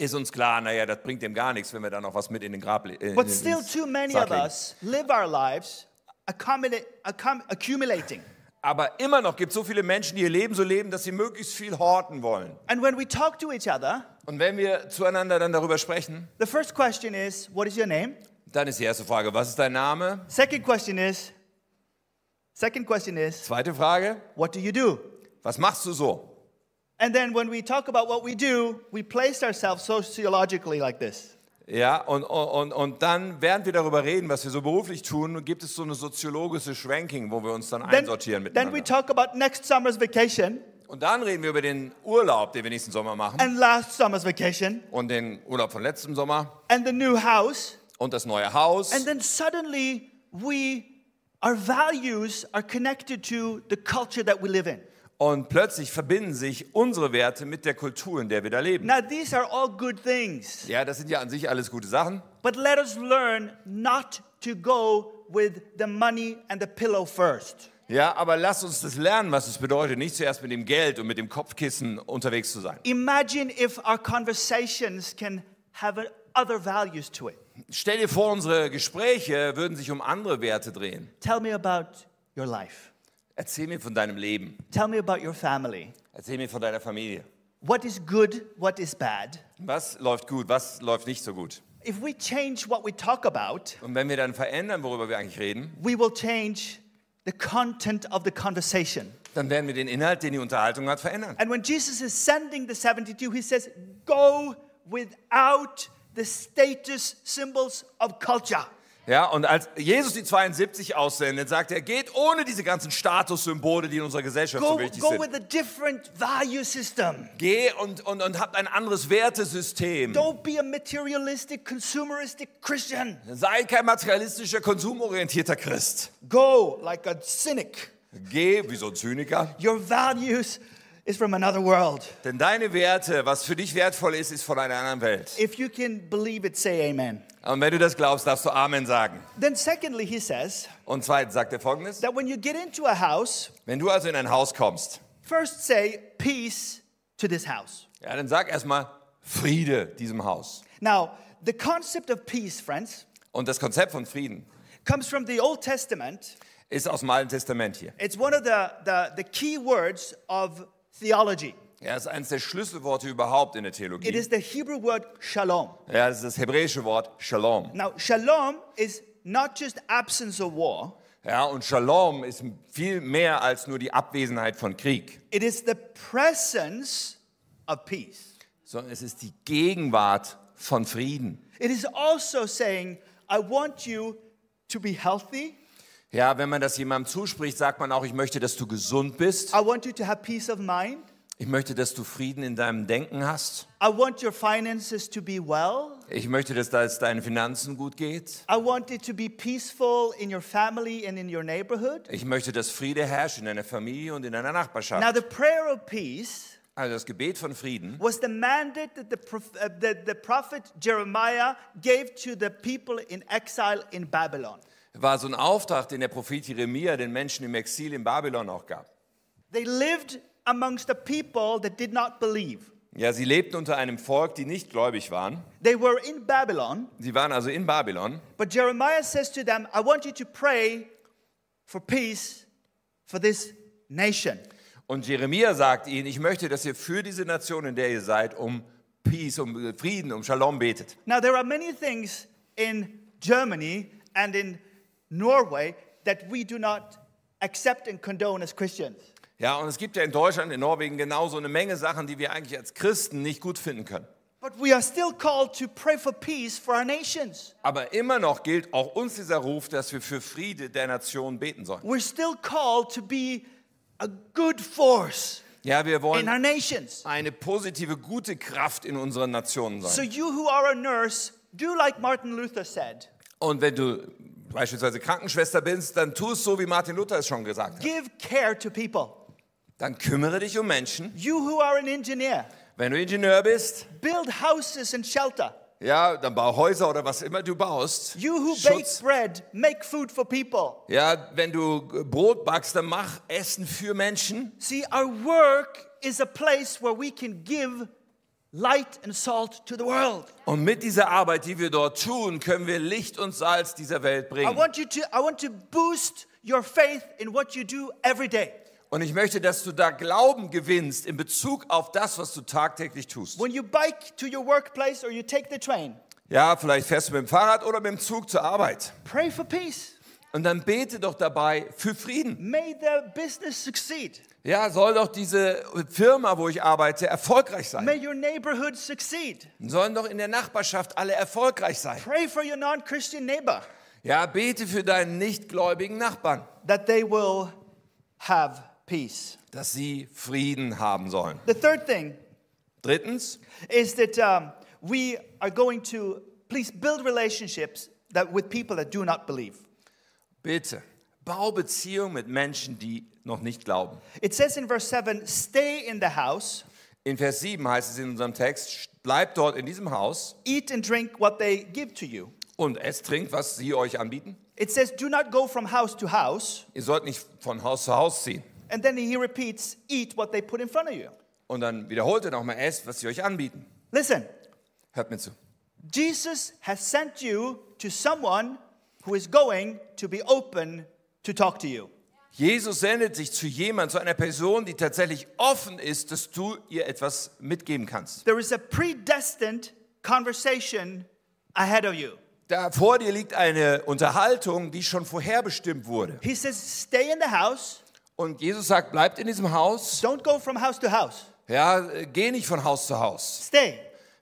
Speaker 2: ist uns klar, naja, das bringt dem gar nichts, wenn wir da noch was mit in den Grab le- äh, in
Speaker 1: But
Speaker 2: den-
Speaker 1: still,
Speaker 2: ins
Speaker 1: too many
Speaker 2: Sarg
Speaker 1: of
Speaker 2: legen.
Speaker 1: us live our lives accommoda- accom- accumulating.
Speaker 2: Aber immer noch gibt es so viele Menschen, die ihr Leben so leben, dass sie möglichst viel horten wollen.
Speaker 1: And when we talk to each other,
Speaker 2: Und wenn wir zueinander dann darüber sprechen,
Speaker 1: the first question is, What is your name?
Speaker 2: dann ist die erste Frage, was ist dein Name?
Speaker 1: Second question is, Second question is,
Speaker 2: Zweite Frage,
Speaker 1: What do you do?
Speaker 2: was machst du so?
Speaker 1: And then when we talk about what we do, we place ourselves sociologically like this.
Speaker 2: Ja, und, und, und dann, während wir darüber reden, was wir so beruflich tun, gibt es so eine soziologische Schwenking, wo wir uns dann
Speaker 1: Then,
Speaker 2: einsortieren
Speaker 1: then we
Speaker 2: miteinander.
Speaker 1: talk about next summer's vacation
Speaker 2: Und dann reden wir über den Urlaub, den wir nächsten Sommer machen
Speaker 1: and last summer's vacation
Speaker 2: und den Urlaub von letztem Sommer
Speaker 1: and the new house.
Speaker 2: und das neue Haus.
Speaker 1: And then suddenly we our values are connected to the culture that we live in.
Speaker 2: Und plötzlich verbinden sich unsere Werte mit der Kultur, in der wir da leben.
Speaker 1: Now these are all good things,
Speaker 2: Ja, das sind ja an sich alles gute Sachen.
Speaker 1: but let us learn not to go with the money and the pillow first.
Speaker 2: Ja, aber lasst uns das lernen, was es bedeutet, nicht zuerst mit dem Geld und mit dem Kopfkissen unterwegs zu sein.
Speaker 1: Imagine if our conversations can have other values to it.
Speaker 2: Stell dir vor, unsere Gespräche würden sich um andere Werte drehen.
Speaker 1: Tell me about your life.
Speaker 2: Erzähl mir von deinem Leben.
Speaker 1: Tell me about your family.
Speaker 2: Erzähl mir von deiner Familie.
Speaker 1: What is good, what is bad?
Speaker 2: Was läuft gut, was läuft nicht so gut?
Speaker 1: If we change what we talk about,
Speaker 2: Und wenn wir dann verändern, worüber wir eigentlich reden,
Speaker 1: we will change the content of the conversation.
Speaker 2: dann werden wir den Inhalt, den die Unterhaltung hat, verändern.
Speaker 1: And when Jesus is sending the 72, he says, Go without the status symbols of culture.
Speaker 2: Ja, und als Jesus die 72 aussendet, sagt er, geht ohne diese ganzen Statussymbole, die in unserer Gesellschaft
Speaker 1: Go,
Speaker 2: so wichtig
Speaker 1: go
Speaker 2: sind.
Speaker 1: with a different value system.
Speaker 2: Geh und, und, und habt ein anderes Wertesystem.
Speaker 1: Don't be a materialistic, consumeristic Christian.
Speaker 2: Sei kein materialistischer, konsumorientierter Christ.
Speaker 1: Go like a cynic.
Speaker 2: Geh wie so ein Zyniker.
Speaker 1: Your values is from another world.
Speaker 2: Denn deine Werte, was für dich wertvoll ist, ist von einer anderen Welt.
Speaker 1: If you can believe it, say amen.
Speaker 2: Und wenn du das glaubst, darfst du Amen sagen.
Speaker 1: Then, secondly, he says
Speaker 2: Und zweitens sagt er folgendes.
Speaker 1: that when you get into a house,
Speaker 2: Wenn du also in ein Haus kommst,
Speaker 1: First, say peace to this house.
Speaker 2: ja, dann sag erstmal Friede diesem Haus.
Speaker 1: Now, the concept of peace, friends,
Speaker 2: Und das Konzept von Frieden
Speaker 1: comes from the Old Testament.
Speaker 2: ist aus dem Alten Testament hier.
Speaker 1: It's one of the, the, the key words of theology.
Speaker 2: Ja, ist eines der Schlüsselworte überhaupt in der
Speaker 1: It
Speaker 2: Theologie.
Speaker 1: is the Hebrew word shalom.
Speaker 2: Ja, das ist das hebräische Wort Shalom.
Speaker 1: Now, shalom is not just absence of war,
Speaker 2: Ja, und Shalom ist viel mehr als nur die Abwesenheit von Krieg,
Speaker 1: it is the presence of peace.
Speaker 2: sondern es ist die Gegenwart von Frieden.
Speaker 1: It is also saying, I want you to be healthy,
Speaker 2: Ja, wenn man das jemandem zuspricht, sagt man auch, ich möchte, dass du gesund bist.
Speaker 1: I want you to have peace of mind,
Speaker 2: Ich möchte, dass du Frieden in deinem Denken hast.
Speaker 1: I want your finances to be well.
Speaker 2: Ich möchte, dass es deinen Finanzen gut geht.
Speaker 1: I want it to be peaceful in your family and in your neighborhood.
Speaker 2: Ich möchte, dass Friede herrscht in deiner Familie und in deiner Nachbarschaft.
Speaker 1: Now, the prayer of peace
Speaker 2: Also das Gebet von Frieden
Speaker 1: was the mandate that the, prof- uh, that the prophet Jeremiah gave to the people in exile in Babylon.
Speaker 2: war so ein Auftrag, den der Prophet Jeremia den Menschen im Exil in Babylon auch gab.
Speaker 1: They lived amongst a people that did not believe.
Speaker 2: Ja, sie lebten unter einem Volk, die nicht gläubig waren.
Speaker 1: They were in Babylon,
Speaker 2: Sie waren also in Babylon.
Speaker 1: but Jeremiah says to them, I want you to pray for peace for this nation.
Speaker 2: Und Jeremia sagt ihnen, ich möchte, dass ihr für diese Nation, in der ihr seid, um Peace, um Frieden, um Shalom betet.
Speaker 1: Now, there are many things in Germany and in Norway that we do not accept and condone as Christians.
Speaker 2: Ja, und es gibt ja in Deutschland, in Norwegen genauso eine Menge Sachen, die wir eigentlich als Christen nicht gut finden können.
Speaker 1: But we are still called to pray for peace for our nations.
Speaker 2: Aber immer noch gilt auch uns dieser Ruf, dass wir für Friede der Nation beten sollen.
Speaker 1: We're still called to be a good force
Speaker 2: Ja, wir
Speaker 1: in our
Speaker 2: wollen
Speaker 1: nations.
Speaker 2: eine positive, gute Kraft in unseren Nationen
Speaker 1: So
Speaker 2: sein.
Speaker 1: you who are a nurse, do like Martin Luther said.
Speaker 2: Und wenn du beispielsweise Krankenschwester bist, dann tu es so, wie Martin Luther es schon gesagt hat.
Speaker 1: Give care to people.
Speaker 2: Dann kümmere dich um Menschen.
Speaker 1: You who are an engineer,
Speaker 2: Wenn du Ingenieur bist,
Speaker 1: build houses and shelter.
Speaker 2: ja, dann bau Häuser oder was immer du baust.
Speaker 1: You who bake
Speaker 2: Schutz.
Speaker 1: bread, make food for people.
Speaker 2: Ja, wenn du Brot backst, dann mach Essen für Menschen.
Speaker 1: See, our work is a place where we can give light and salt to the world.
Speaker 2: Und mit dieser Arbeit, die wir dort tun, können wir Licht und Salz dieser Welt
Speaker 1: I
Speaker 2: bringen.
Speaker 1: want you to I want to boost your faith in what you do every day.
Speaker 2: Und ich möchte, dass du da Glauben gewinnst in Bezug auf das, was du tagtäglich tust.
Speaker 1: When you bike to your workplace or you take the train,
Speaker 2: Ja, vielleicht fährst du mit dem Fahrrad oder mit dem Zug zur Arbeit.
Speaker 1: pray for peace.
Speaker 2: Und dann bete doch dabei für Frieden.
Speaker 1: May the business succeed.
Speaker 2: Ja, soll doch diese Firma, wo ich arbeite, erfolgreich sein.
Speaker 1: May your neighborhood succeed.
Speaker 2: Sollen doch in der Nachbarschaft alle erfolgreich sein.
Speaker 1: Pray for your non-Christian neighbor
Speaker 2: Ja, bete für deinen nichtgläubigen Nachbarn,
Speaker 1: that they will have peace.
Speaker 2: dass sie Frieden haben sollen.
Speaker 1: The third thing
Speaker 2: Drittens,
Speaker 1: is that um, we are going to please build relationships that with people that do not believe.
Speaker 2: bitte, bau Beziehungen mit Menschen, die noch nicht glauben.
Speaker 1: It says in verse 7, stay in the house,
Speaker 2: In Vers 7 heißt es in unserem Text, bleibt dort in diesem Haus
Speaker 1: eat and drink what they give to you.
Speaker 2: und esst, trinkt, was sie euch anbieten.
Speaker 1: It says, do not go from house to house.
Speaker 2: Ihr sollt nicht von Haus zu Haus ziehen.
Speaker 1: And then he repeats, eat what they put in front of you.
Speaker 2: Und dann wiederholt er nochmal, esst, was sie euch anbieten.
Speaker 1: Listen,
Speaker 2: Hört mir zu.
Speaker 1: Jesus has sent you to someone who is going to be open to talk to you.
Speaker 2: Jesus sendet sich zu jemandem, zu einer Person, die tatsächlich offen ist, dass du ihr etwas mitgeben kannst.
Speaker 1: There is a predestined conversation ahead of you.
Speaker 2: Da vor dir liegt eine Unterhaltung, die schon vorherbestimmt wurde.
Speaker 1: He says, stay in the house,
Speaker 2: Und Jesus sagt, bleibt in diesem Haus.
Speaker 1: don't go from house to house.
Speaker 2: Ja, äh, geh nicht von Haus zu Haus.
Speaker 1: Stay.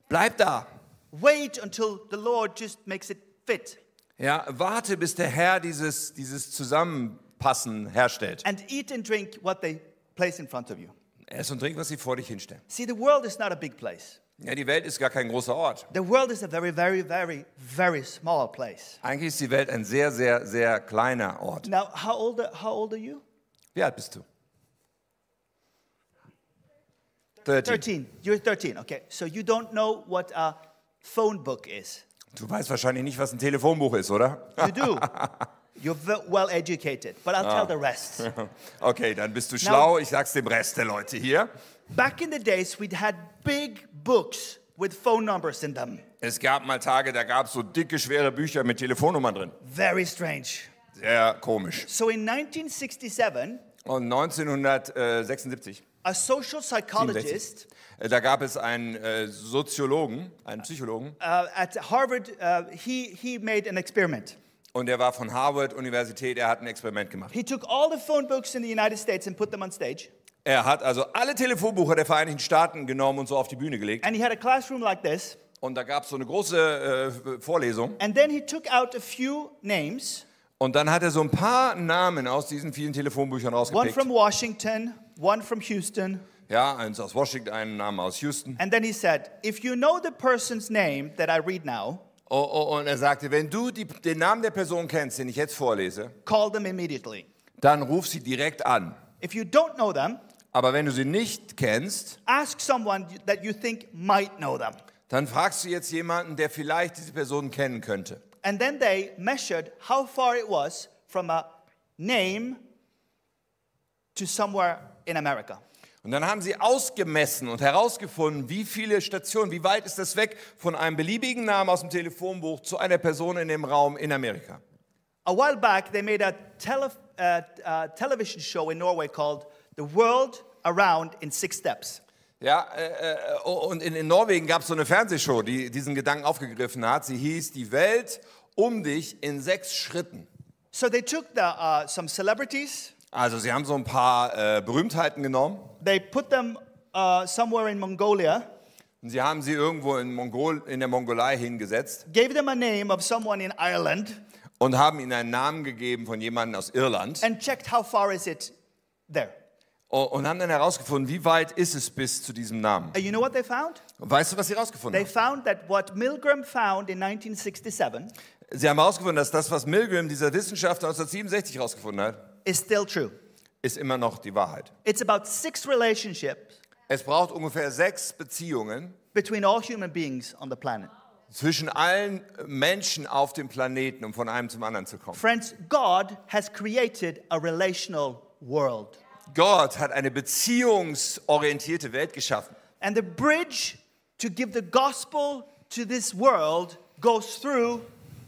Speaker 2: Bleib da.
Speaker 1: Wait until the Lord just makes it fit.
Speaker 2: Ja, warte, bis der Herr dieses, dieses Zusammenpassen herstellt.
Speaker 1: And eat and drink what they place in front of you.
Speaker 2: Ess und trink, was sie vor dich hinstellen.
Speaker 1: See, the world is not a big place.
Speaker 2: Ja, die Welt ist gar kein großer Ort.
Speaker 1: The world is a very, very, very, very small place.
Speaker 2: Eigentlich ist die Welt ein sehr, sehr, sehr kleiner Ort.
Speaker 1: Now, how old, are- how old are you?
Speaker 2: Wie alt bist du? 13.
Speaker 1: 13. You're 13, okay. So you don't know what a phone book is.
Speaker 2: Du weißt wahrscheinlich nicht, was ein Telefonbuch ist, oder?
Speaker 1: You do. You're ve- well educated, but I'll tell the rest.
Speaker 2: Okay, dann bist du schlau. Ich sag's dem Rest der Leute hier.
Speaker 1: Back in the days, we'd had big books with phone numbers in them.
Speaker 2: Es gab mal Tage, da gab's so dicke, schwere Bücher mit Telefonnummern drin.
Speaker 1: Very strange.
Speaker 2: Sehr komisch.
Speaker 1: So in 1967,
Speaker 2: Und 1976,
Speaker 1: a social
Speaker 2: 67,
Speaker 1: psychologist
Speaker 2: äh, da gab es einen äh, Soziologen, einen Psychologen, äh,
Speaker 1: uh, at Harvard, uh, he, he made an experiment.
Speaker 2: und der war von Harvard-Universität. Er hat ein Experiment gemacht.
Speaker 1: He took all the phone books in the United States and put them on stage.
Speaker 2: Er hat also alle Telefonbücher der Vereinigten Staaten genommen und so auf die Bühne gelegt.
Speaker 1: And he had a classroom like this.
Speaker 2: Und da gab es so eine große äh, Vorlesung.
Speaker 1: And then he took out a few names
Speaker 2: Und dann hat er so ein paar Namen aus diesen vielen Telefonbüchern
Speaker 1: one
Speaker 2: rausgepickt.
Speaker 1: from Washington, one from Houston.
Speaker 2: Ja, eins aus Washington, einen Namen aus Houston.
Speaker 1: And then he said, If you know the person's name that I read now,
Speaker 2: Oh, oh, und er sagte, wenn du die, den Namen der Person kennst, den ich jetzt vorlese,
Speaker 1: call them immediately.
Speaker 2: dann ruf sie direkt an.
Speaker 1: If you don't know them,
Speaker 2: Aber wenn du sie nicht kennst,
Speaker 1: ask someone that you think might know them.
Speaker 2: dann fragst du jetzt jemanden, der vielleicht diese Person kennen könnte.
Speaker 1: And then they measured how far it was from a name to somewhere in America.
Speaker 2: Und dann haben sie ausgemessen und herausgefunden, wie viele Stationen, wie weit ist das weg von einem beliebigen Namen aus dem Telefonbuch zu einer Person in dem Raum in Amerika.
Speaker 1: A while back, they made a tele- uh, uh, television show in Norway called The World Around in Six Steps.
Speaker 2: Ja, äh, äh, oh, und in, in Norwegen gab es so eine Fernsehshow, die diesen Gedanken aufgegriffen hat. Sie hieß Die Welt um dich in sechs Schritten.
Speaker 1: So they took the, uh, some celebrities,
Speaker 2: Also sie haben so ein paar äh, Berühmtheiten genommen
Speaker 1: They put them uh, somewhere in Mongolia,
Speaker 2: und sie haben sie irgendwo in, Mongol, in der Mongolei hingesetzt
Speaker 1: gave them a name of someone in Ireland,
Speaker 2: und haben ihnen einen Namen gegeben von jemandem aus Irland
Speaker 1: and checked how far is it there.
Speaker 2: O- und haben dann herausgefunden, wie weit ist es bis zu diesem Namen.
Speaker 1: And Uh, you know what they found?
Speaker 2: Und weißt du, was sie herausgefonden
Speaker 1: They
Speaker 2: haben?
Speaker 1: found that what Milgram found in 1967
Speaker 2: Sie haben herausgefunden, dass das, was Milgram, dieser Wissenschaftler 1967 herausgefunden hat,
Speaker 1: is still true.
Speaker 2: ist immer noch die Wahrheit.
Speaker 1: It's about six relationships
Speaker 2: Es braucht ungefähr sechs Beziehungen
Speaker 1: between all human beings on the planet.
Speaker 2: zwischen allen Menschen auf dem Planeten, um von einem zum anderen zu kommen.
Speaker 1: Friends, God has created a relational world.
Speaker 2: Gott hat eine beziehungsorientierte Welt geschaffen.
Speaker 1: And the bridge to give the gospel to this world goes through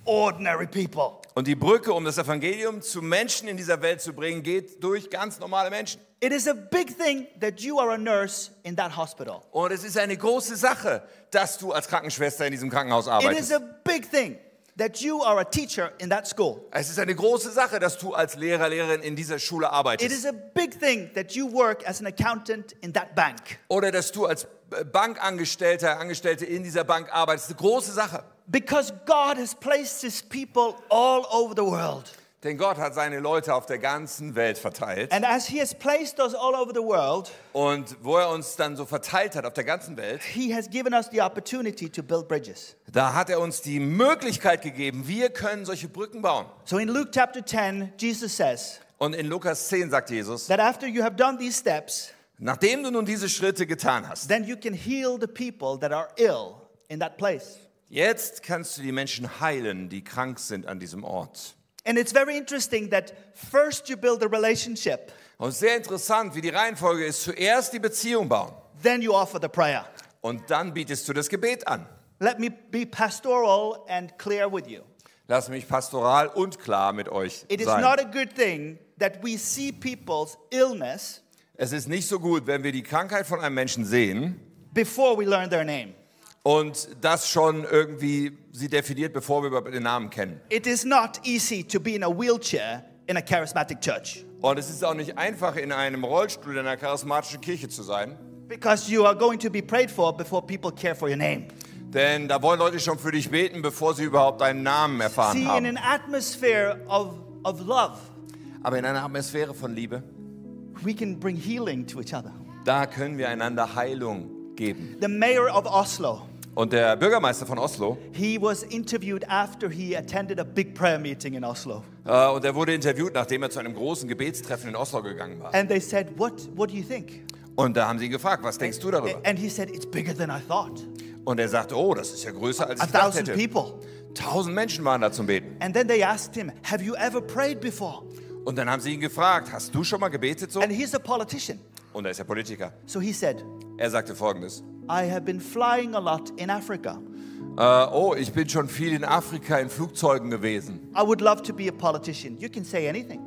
Speaker 1: ordinary people.
Speaker 2: Und die Brücke, um das Evangelium zu Menschen in dieser Welt zu bringen, geht durch ganz normale Menschen.
Speaker 1: It is a big thing that you are a nurse in that hospital.
Speaker 2: Und es ist eine große Sache, dass du als Krankenschwester in diesem Krankenhaus
Speaker 1: It is
Speaker 2: arbeitest.
Speaker 1: a big thing that you are a teacher in that school.
Speaker 2: Es ist eine große Sache, dass du als Lehrer, Lehrerin in dieser Schule
Speaker 1: It
Speaker 2: arbeitest.
Speaker 1: is a big thing that you work as an accountant in that bank.
Speaker 2: Oder dass du als Bankangestellter, Angestellte in dieser Bank arbeitest. Eine große Sache.
Speaker 1: Because God has placed his people all over the world.
Speaker 2: Denn Gott hat seine Leute auf der ganzen Welt verteilt.
Speaker 1: And as he has placed us all over the world,
Speaker 2: Und wo er uns dann so verteilt hat auf der ganzen Welt,
Speaker 1: he has given us the opportunity to build bridges.
Speaker 2: da hat er uns die Möglichkeit gegeben, wir können solche Brücken bauen.
Speaker 1: So in Luke chapter 10, Jesus says
Speaker 2: Und in Lukas 10 sagt Jesus,
Speaker 1: that after you have done these steps,
Speaker 2: nachdem du nun diese Schritte getan hast,
Speaker 1: then you can heal the people that are ill in that place.
Speaker 2: jetzt kannst du die Menschen heilen, die krank sind an diesem Ort.
Speaker 1: And it's very interesting that first you build a relationship,
Speaker 2: Und sehr interessant, wie die Reihenfolge ist, zuerst die Beziehung bauen
Speaker 1: then you offer the prayer.
Speaker 2: und dann bietest du das Gebet an.
Speaker 1: Let me be pastoral and clear with you.
Speaker 2: Lass mich pastoral und klar mit euch
Speaker 1: It is
Speaker 2: sein.
Speaker 1: not a good thing that we see people's illness
Speaker 2: Es ist nicht so gut, wenn wir die Krankheit von einem Menschen sehen
Speaker 1: before we learn their name.
Speaker 2: und das schon irgendwie sie definiert, bevor wir überhaupt den Namen kennen.
Speaker 1: It is not easy to be in a wheelchair in a charismatic church
Speaker 2: Und es ist auch nicht einfach, in einem Rollstuhl in einer charismatischen Kirche zu sein,
Speaker 1: because you are going to be prayed for before people care for your name.
Speaker 2: denn da wollen Leute schon für dich beten, bevor sie überhaupt deinen Namen erfahren
Speaker 1: See, in
Speaker 2: haben.
Speaker 1: an atmosphere of, of love,
Speaker 2: Aber in einer Atmosphäre von Liebe,
Speaker 1: we can bring healing to each other.
Speaker 2: da können wir einander Heilung geben.
Speaker 1: The mayor of Oslo,
Speaker 2: Und der Bürgermeister von Oslo,
Speaker 1: he was interviewed after he attended a big prayer meeting in Oslo.
Speaker 2: Äh, Und er wurde interviewt, nachdem er zu einem großen Gebetstreffen in Oslo gegangen war.
Speaker 1: And they said, What, what do you think?
Speaker 2: Und da haben sie ihn gefragt, was denkst du darüber?
Speaker 1: And he said, It's bigger than I thought.
Speaker 2: Und er sagte, oh, das ist ja größer, als
Speaker 1: A
Speaker 2: ich gedacht
Speaker 1: thousand
Speaker 2: hätte.
Speaker 1: people.
Speaker 2: Tausend Menschen waren da zum Beten.
Speaker 1: And then they asked him, Have you ever prayed before?
Speaker 2: Und dann haben sie ihn gefragt, hast du schon mal gebetet so?
Speaker 1: And he's a politician.
Speaker 2: Und er ist ja Politiker.
Speaker 1: So he said,
Speaker 2: Er sagte folgendes.
Speaker 1: I have been flying a lot in Africa.
Speaker 2: Äh, oh, ich bin schon viel in Afrika in Flugzeugen gewesen.
Speaker 1: I would love to be a politician. You can say anything.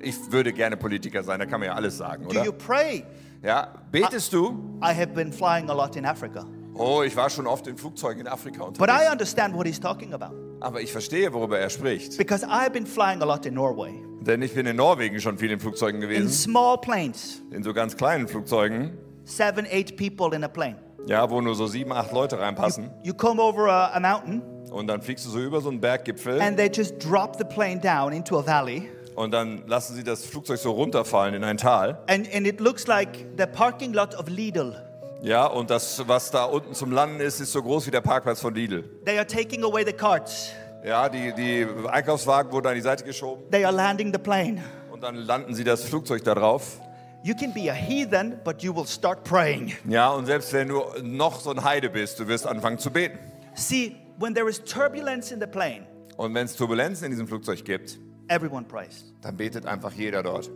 Speaker 2: ich würde gerne Politiker sein, da kann man ja alles sagen,
Speaker 1: Do
Speaker 2: oder?
Speaker 1: you pray?
Speaker 2: Ja, betest du?
Speaker 1: I have been flying a lot in Africa.
Speaker 2: Oh, ich war schon oft in Flugzeugen in Afrika
Speaker 1: But I
Speaker 2: unterwegs.
Speaker 1: understand what he's talking about
Speaker 2: Aber ich verstehe, worüber er spricht.
Speaker 1: because I've been flying a lot in Norway
Speaker 2: Denn ich bin in Norwegen schon viel in Flugzeugen
Speaker 1: in
Speaker 2: gewesen.
Speaker 1: small planes,
Speaker 2: in so ganz kleinen Flugzeugen,
Speaker 1: seven, eight people in a plane.
Speaker 2: ja, wo nur so sieben, acht Leute reinpassen.
Speaker 1: You come over a, a mountain
Speaker 2: Und dann fliegst du so über so einen Berggipfel
Speaker 1: and they just drop the plane down into a valley,
Speaker 2: und dann lassen sie das Flugzeug so runterfallen in ein Tal.
Speaker 1: and, and it looks like the parking lot of Lidl.
Speaker 2: Ja, und das, was da unten zum Landen ist, ist so groß wie der Parkplatz von Lidl.
Speaker 1: They are taking away the carts,
Speaker 2: Ja, die, die Einkaufswagen wurden an die Seite geschoben
Speaker 1: they are landing the plane.
Speaker 2: und dann landen sie das Flugzeug da drauf.
Speaker 1: You can be a heathen, but you will start praying.
Speaker 2: Ja, und selbst wenn du noch so ein Heide bist, du wirst anfangen zu beten.
Speaker 1: See, when there is turbulence in the plane,
Speaker 2: Und wenn es Turbulenzen in diesem Flugzeug gibt,
Speaker 1: everyone prays.
Speaker 2: dann betet einfach jeder dort.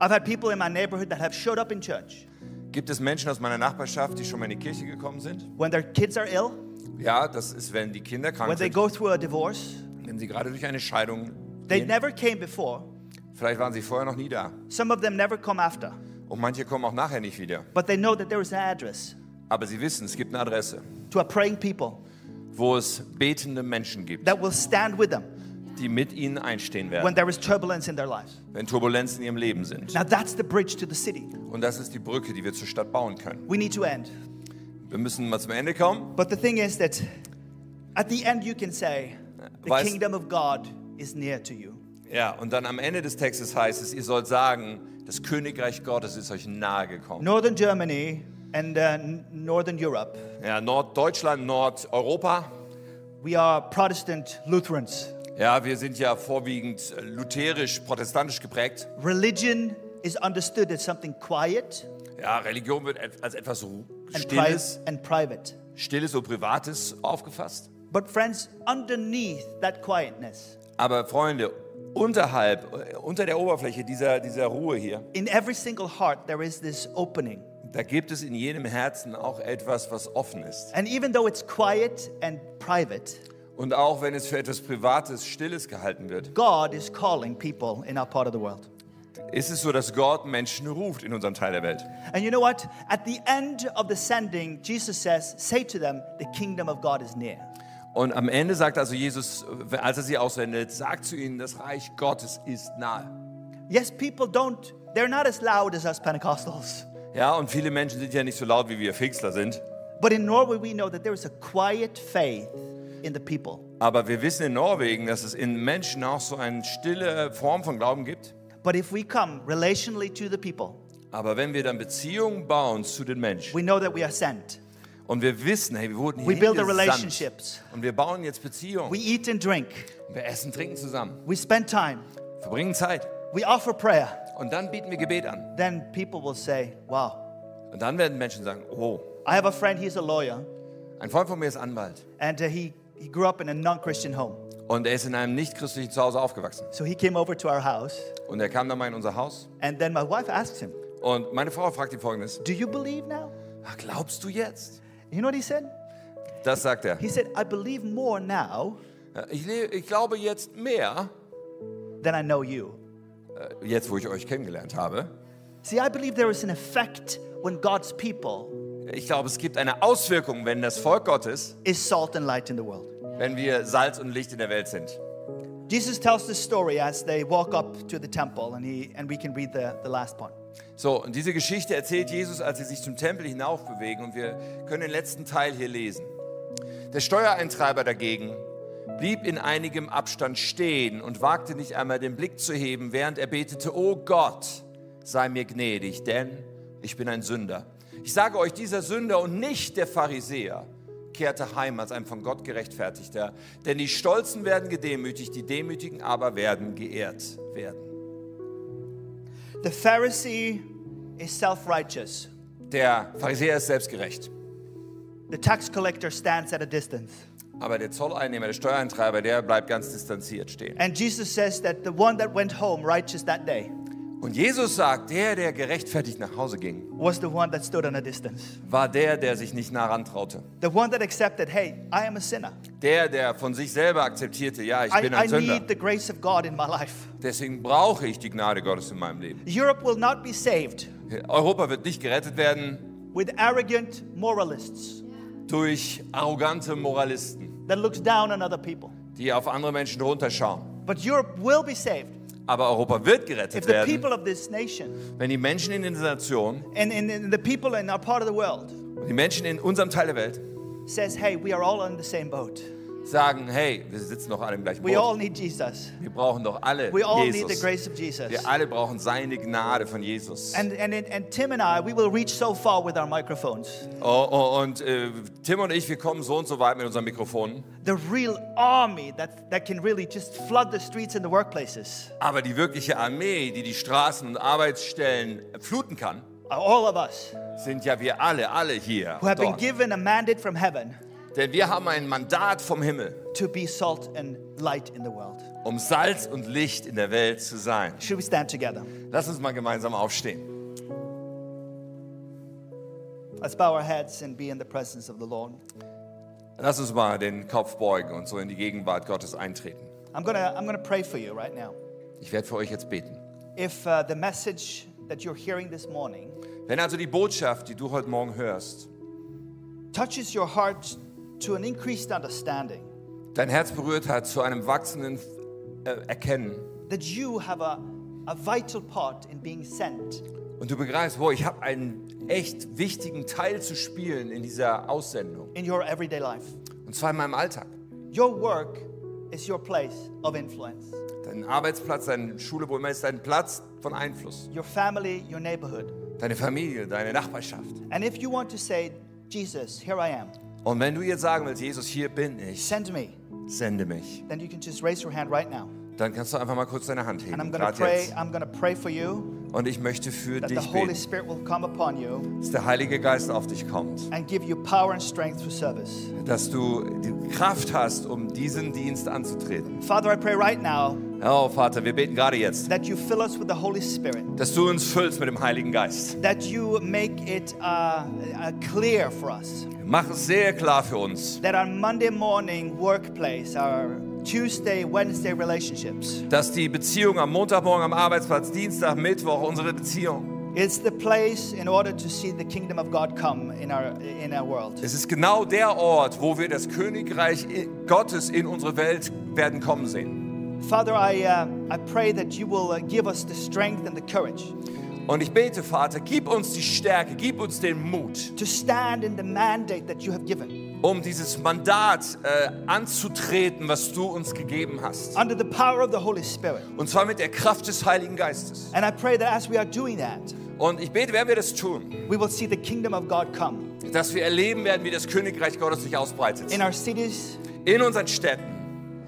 Speaker 1: I've had people in my neighborhood that have showed up in church
Speaker 2: Gibt es Menschen aus meiner Nachbarschaft, die schon mal in die Kirche gekommen sind?
Speaker 1: when their kids are ill,
Speaker 2: Ja, das ist, wenn die Kinder krank
Speaker 1: when they
Speaker 2: sind,
Speaker 1: go through a divorce.
Speaker 2: wenn sie gerade durch eine Scheidung
Speaker 1: They
Speaker 2: gehen.
Speaker 1: never came before.
Speaker 2: Vielleicht waren sie vorher noch nie da.
Speaker 1: Some of them never come after,
Speaker 2: Und manche kommen auch nachher nicht wieder.
Speaker 1: but they know that there is an address
Speaker 2: Aber sie wissen, es gibt eine Adresse,
Speaker 1: to a praying people
Speaker 2: wo es betende Menschen gibt,
Speaker 1: that will stand with them.
Speaker 2: die mit ihnen einstehen
Speaker 1: when
Speaker 2: werden,
Speaker 1: there is turbulence in their lives.
Speaker 2: wenn Turbulenzen in ihrem Leben sind.
Speaker 1: Now that's the bridge to the city.
Speaker 2: Und das ist die Brücke, die wir zur Stadt bauen können.
Speaker 1: We need to end.
Speaker 2: Wir müssen mal zum Ende kommen.
Speaker 1: But the thing is that at the end you can say, the
Speaker 2: Weißt-
Speaker 1: kingdom of God is near to you.
Speaker 2: Ja, und dann am Ende des Textes heißt es, ihr sollt sagen, das Königreich Gottes ist euch nahe gekommen.
Speaker 1: Northern Germany and uh, n- Northern Europe,
Speaker 2: Ja, Norddeutschland, Nordeuropa.
Speaker 1: we are Protestant Lutherans.
Speaker 2: Ja, wir sind ja vorwiegend äh, lutherisch, protestantisch geprägt.
Speaker 1: Religion is understood as something quiet
Speaker 2: Ja, Religion wird et- als etwas Ru-
Speaker 1: and, pri-
Speaker 2: Stilles,
Speaker 1: and private.
Speaker 2: Stilles und Privates aufgefasst.
Speaker 1: But, friends, underneath that quietness,
Speaker 2: Aber Freunde, unterhalb, äh, unter der Oberfläche dieser, dieser Ruhe hier,
Speaker 1: in every single heart, there is this opening.
Speaker 2: da gibt es in jedem Herzen auch etwas, was offen ist.
Speaker 1: And even though it's quiet and private,
Speaker 2: Und auch wenn es für etwas Privates, Stilles gehalten wird,
Speaker 1: God is calling people in our part of the world.
Speaker 2: ist es so, dass Gott Menschen ruft in unserem Teil der Welt.
Speaker 1: And you know what? At the end of the sending, Jesus says, Say to them, the kingdom of God is near.
Speaker 2: Und am Ende sagt also Jesus, äh, als er sie auswendet, sagt zu ihnen, das Reich Gottes ist nahe.
Speaker 1: Yes, people don't, they're not as loud as us Pentecostals.
Speaker 2: Ja, und viele Menschen sind ja nicht so laut, wie wir Pfingstler sind.
Speaker 1: But in Norway, we know that there is a quiet faith in the people.
Speaker 2: Aber wir wissen in Norwegen, dass es in Menschen auch so eine stille Form von Glauben gibt.
Speaker 1: But if we come relationally to the people,
Speaker 2: Aber wenn wir dann Beziehungen bauen zu den Menschen
Speaker 1: we know that we are sent.
Speaker 2: und wir wissen, hey, wir wurden
Speaker 1: We build the
Speaker 2: hingesandt
Speaker 1: relationships.
Speaker 2: und wir bauen jetzt Beziehungen,
Speaker 1: We eat and drink.
Speaker 2: wir essen, trinken zusammen,
Speaker 1: We spend time.
Speaker 2: verbringen Zeit
Speaker 1: We offer prayer.
Speaker 2: und dann bieten wir Gebet an.
Speaker 1: Then people will say, Wow,
Speaker 2: Und dann werden Menschen sagen, oh,
Speaker 1: I have a friend, he's a lawyer,
Speaker 2: ein Freund von mir ist Anwalt
Speaker 1: and uh, he, he grew up in a non Christian home.
Speaker 2: und er ist in einem nicht-christlichen Zuhause aufgewachsen.
Speaker 1: So he came over to our house,
Speaker 2: Und er kam dann mal in unser Haus
Speaker 1: and then my wife asked him,
Speaker 2: und meine Frau fragt ihn folgendes,
Speaker 1: Do you believe now?
Speaker 2: "Ah, glaubst du jetzt?
Speaker 1: You know what he said?
Speaker 2: Das sagt er.
Speaker 1: He said, I believe more now
Speaker 2: Äh, Ich, le- ich glaube jetzt mehr, äh,
Speaker 1: than I know you.
Speaker 2: jetzt wo ich euch kennengelernt habe.
Speaker 1: See, I believe there is an effect when God's people
Speaker 2: Ich glaube, es gibt eine Auswirkung, wenn das Volk Gottes,
Speaker 1: is salt and light in the world.
Speaker 2: wenn wir Salz und Licht in der Welt sind.
Speaker 1: Jesus tells this story as they walk up to the temple, and, he, and we can read the, the last part.
Speaker 2: So, und diese Geschichte erzählt Jesus, als sie sich zum Tempel hinaufbewegen und wir können den letzten Teil hier lesen. Der Steuereintreiber dagegen blieb in einigem Abstand stehen und wagte nicht einmal den Blick zu heben, während er betete, O Gott, sei mir gnädig, denn ich bin ein Sünder. Ich sage euch, dieser Sünder und nicht der Pharisäer kehrte heim als ein von Gott gerechtfertigter, denn die Stolzen werden gedemütigt, die Demütigen aber werden geehrt werden.
Speaker 1: The Pharisee is self righteous,
Speaker 2: Der Pharisäer ist selbstgerecht.
Speaker 1: the tax collector stands at a distance.
Speaker 2: Aber der Zolleinnehmer, der Steuereintreiber, der bleibt ganz distanziert stehen.
Speaker 1: And Jesus says that the one that went home righteous that day
Speaker 2: Und Jesus sagt, der, der gerechtfertigt nach Hause ging,
Speaker 1: was the one that stood on a distance.
Speaker 2: war der, der sich nicht nah rantraute.
Speaker 1: The one that accepted, hey, I am a sinner.
Speaker 2: Der, der von sich selber akzeptierte, ja, ich
Speaker 1: I,
Speaker 2: bin
Speaker 1: I
Speaker 2: ein Sünder.
Speaker 1: need the grace of God in my life.
Speaker 2: Deswegen brauche ich die Gnade Gottes in meinem Leben.
Speaker 1: Europe will not be saved
Speaker 2: Europa wird nicht gerettet werden
Speaker 1: with arrogant moralists
Speaker 2: durch arrogante Moralisten,
Speaker 1: that looks down on other people.
Speaker 2: die auf andere Menschen runterschauen.
Speaker 1: But Europe will be saved
Speaker 2: Aber Europa wird
Speaker 1: if
Speaker 2: gerettet
Speaker 1: the
Speaker 2: werden,
Speaker 1: people of this nation
Speaker 2: wenn die Menschen in dieser Nation,
Speaker 1: and, and, and the people in our part of the world
Speaker 2: die Menschen in unserem Teil der Welt,
Speaker 1: says, hey, we are all in the same boat.
Speaker 2: sagen, hey, wir sitzen doch alle im gleichen
Speaker 1: We all
Speaker 2: Boot.
Speaker 1: need Jesus.
Speaker 2: Wir brauchen doch alle
Speaker 1: We all need the
Speaker 2: Jesus.
Speaker 1: grace of Jesus.
Speaker 2: Wir alle brauchen seine Gnade von Jesus.
Speaker 1: And, and, and Tim and I, we will reach so far with our microphones.
Speaker 2: Oh, oh, und äh, Tim und ich, wir kommen so und so weit mit unseren Mikrofonen.
Speaker 1: The real army that, that can really just flood the streets and the workplaces
Speaker 2: Aber die wirkliche Armee, die die Straßen und Arbeitsstellen fluten kann,
Speaker 1: are all of us
Speaker 2: sind ja wir alle, alle hier.
Speaker 1: who have been
Speaker 2: Dort.
Speaker 1: given a mandate from heaven
Speaker 2: Denn wir haben ein Mandat vom Himmel,
Speaker 1: to be salt and light in the world.
Speaker 2: um Salz und Licht in der Welt zu sein.
Speaker 1: Should we stand together?
Speaker 2: Lass uns mal gemeinsam aufstehen.
Speaker 1: Let's bow our heads and be in the presence of the Lord.
Speaker 2: Lass uns mal den Kopf beugen und so in die Gegenwart Gottes eintreten.
Speaker 1: I'm gonna, I'm gonna pray for you right now.
Speaker 2: Ich werde für euch jetzt beten.
Speaker 1: If uh, the message that you're hearing this morning
Speaker 2: Wenn also die Botschaft, die du heute Morgen hörst,
Speaker 1: touches your heart to an increased understanding,
Speaker 2: dein Herz berührt hat zu einem wachsenden äh, erkennen
Speaker 1: that you have a, a vital part in being sent.
Speaker 2: und du begreifst, boah, ich habe einen echt wichtigen Teil zu spielen in dieser Aussendung.
Speaker 1: in your everyday life.
Speaker 2: Und zwar in meinem Alltag.
Speaker 1: Your work is your place of influence.
Speaker 2: Dein Arbeitsplatz, deine Schule, wo immer ist, dein Platz von Einfluss.
Speaker 1: Your family, your neighborhood.
Speaker 2: Deine Familie, deine Nachbarschaft.
Speaker 1: And if you want to say, Jesus, here I am,
Speaker 2: Und wenn du jetzt sagen willst, Jesus, hier bin ich,
Speaker 1: send me,
Speaker 2: sende mich,
Speaker 1: then you can just raise your hand right now.
Speaker 2: dann kannst du einfach mal kurz deine Hand
Speaker 1: And I'm
Speaker 2: heben,
Speaker 1: going to
Speaker 2: gerade
Speaker 1: pray.
Speaker 2: jetzt.
Speaker 1: I'm going to pray for you
Speaker 2: Und ich möchte für
Speaker 1: that the
Speaker 2: dich
Speaker 1: Holy
Speaker 2: beten,
Speaker 1: Spirit will come upon you
Speaker 2: dass der Heilige Geist auf dich kommt,
Speaker 1: and give you power and strength for service.
Speaker 2: dass du die Kraft hast, um diesen Dienst anzutreten.
Speaker 1: Father, I pray right now
Speaker 2: Oh Vater, wir beten gerade jetzt,
Speaker 1: that you fill us with the Holy Spirit,
Speaker 2: dass du uns füllst mit dem Heiligen Geist.
Speaker 1: that you make it uh, uh, clear for us
Speaker 2: Mach es sehr klar für uns,
Speaker 1: that our Monday morning workplace, our Tuesday, Wednesday relationships,
Speaker 2: dass die Beziehung am Montagmorgen am Arbeitsplatz, Dienstag, Mittwoch, unsere Beziehung,
Speaker 1: It's the place in order to see the kingdom of God come in our in our world.
Speaker 2: es ist genau der Ort, wo wir das Königreich i- Gottes in unsere Welt werden kommen sehen.
Speaker 1: Father, I uh, I pray that you will uh, give us the strength and the courage
Speaker 2: Und ich bete, Vater, gib uns die Stärke, gib uns den Mut,
Speaker 1: to stand in the mandate that you have given
Speaker 2: um dieses Mandat äh, anzutreten, was du uns gegeben hast.
Speaker 1: under the power of the Holy Spirit.
Speaker 2: Und zwar mit der Kraft des Heiligen Geistes.
Speaker 1: And I pray that as we are doing that,
Speaker 2: Und ich bete, wenn wir das tun,
Speaker 1: we will see the kingdom of God come
Speaker 2: dass wir erleben werden, wie das Königreich Gottes sich ausbreitet.
Speaker 1: in our cities,
Speaker 2: in unseren Städten,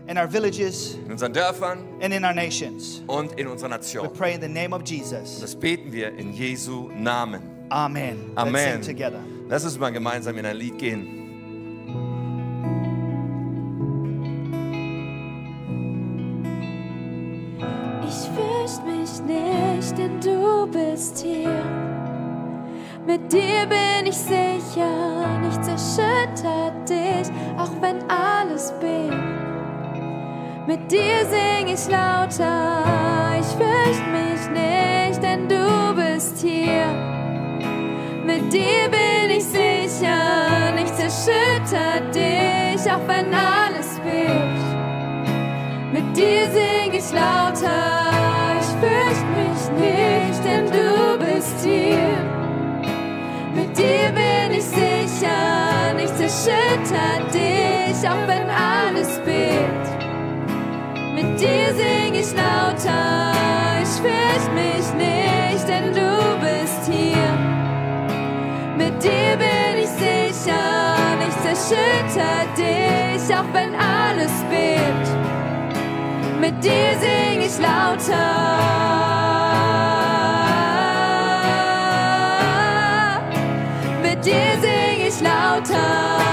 Speaker 1: in our villages,
Speaker 2: in unseren Dörfern
Speaker 1: and in our nations.
Speaker 2: und in unserer
Speaker 1: We
Speaker 2: Nation.
Speaker 1: pray in the name of Jesus.
Speaker 2: Das beten wir in Jesu Namen.
Speaker 1: Amen. Let's
Speaker 2: Amen.
Speaker 1: sing together.
Speaker 2: Lass uns mal gemeinsam in ein Lied gehen.
Speaker 3: Ich fürchte mich nicht, denn du bist hier. Mit dir bin ich sicher, nichts erschüttert dich, auch wenn alles bebt. Mit dir sing ich lauter. Ich fürchte mich nicht, denn du bist hier. Mit dir bin ich sicher, nichts erschüttert dich, auch wenn alles bebt. Mit dir sing ich lauter, ich fürchte mich nicht, denn du bist hier. Mit dir bin ich sicher, nichts erschüttert dich, auch wenn alles bebt. Mit dir sing ich lauter, ich fürchte mich nicht, denn du bist hier. Mit dir bin ich sicher, nichts erschüttert dich, auch wenn alles bebt mit dir sing ich lauter. Mit dir sing ich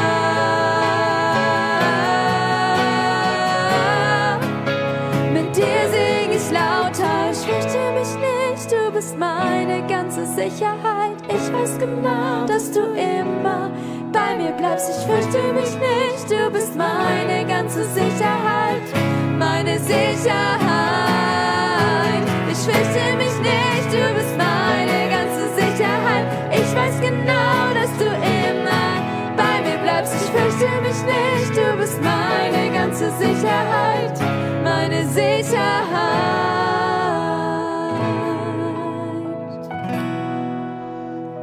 Speaker 3: lauter. Mit dir sing ich lauter. Ich fürchte mich nicht, du bist meine ganze Sicherheit. Ich weiß genau, dass du immer bei mir bleibst. Ich fürchte mich nicht, du bist meine ganze Sicherheit. Meine Sicherheit. Ich fürchte mich nicht, du bist meine ganze Sicherheit. Ich weiß genau, dass du immer bei mir bleibst. Ich fürchte mich nicht, du bist meine ganze Sicherheit. Meine Sicherheit.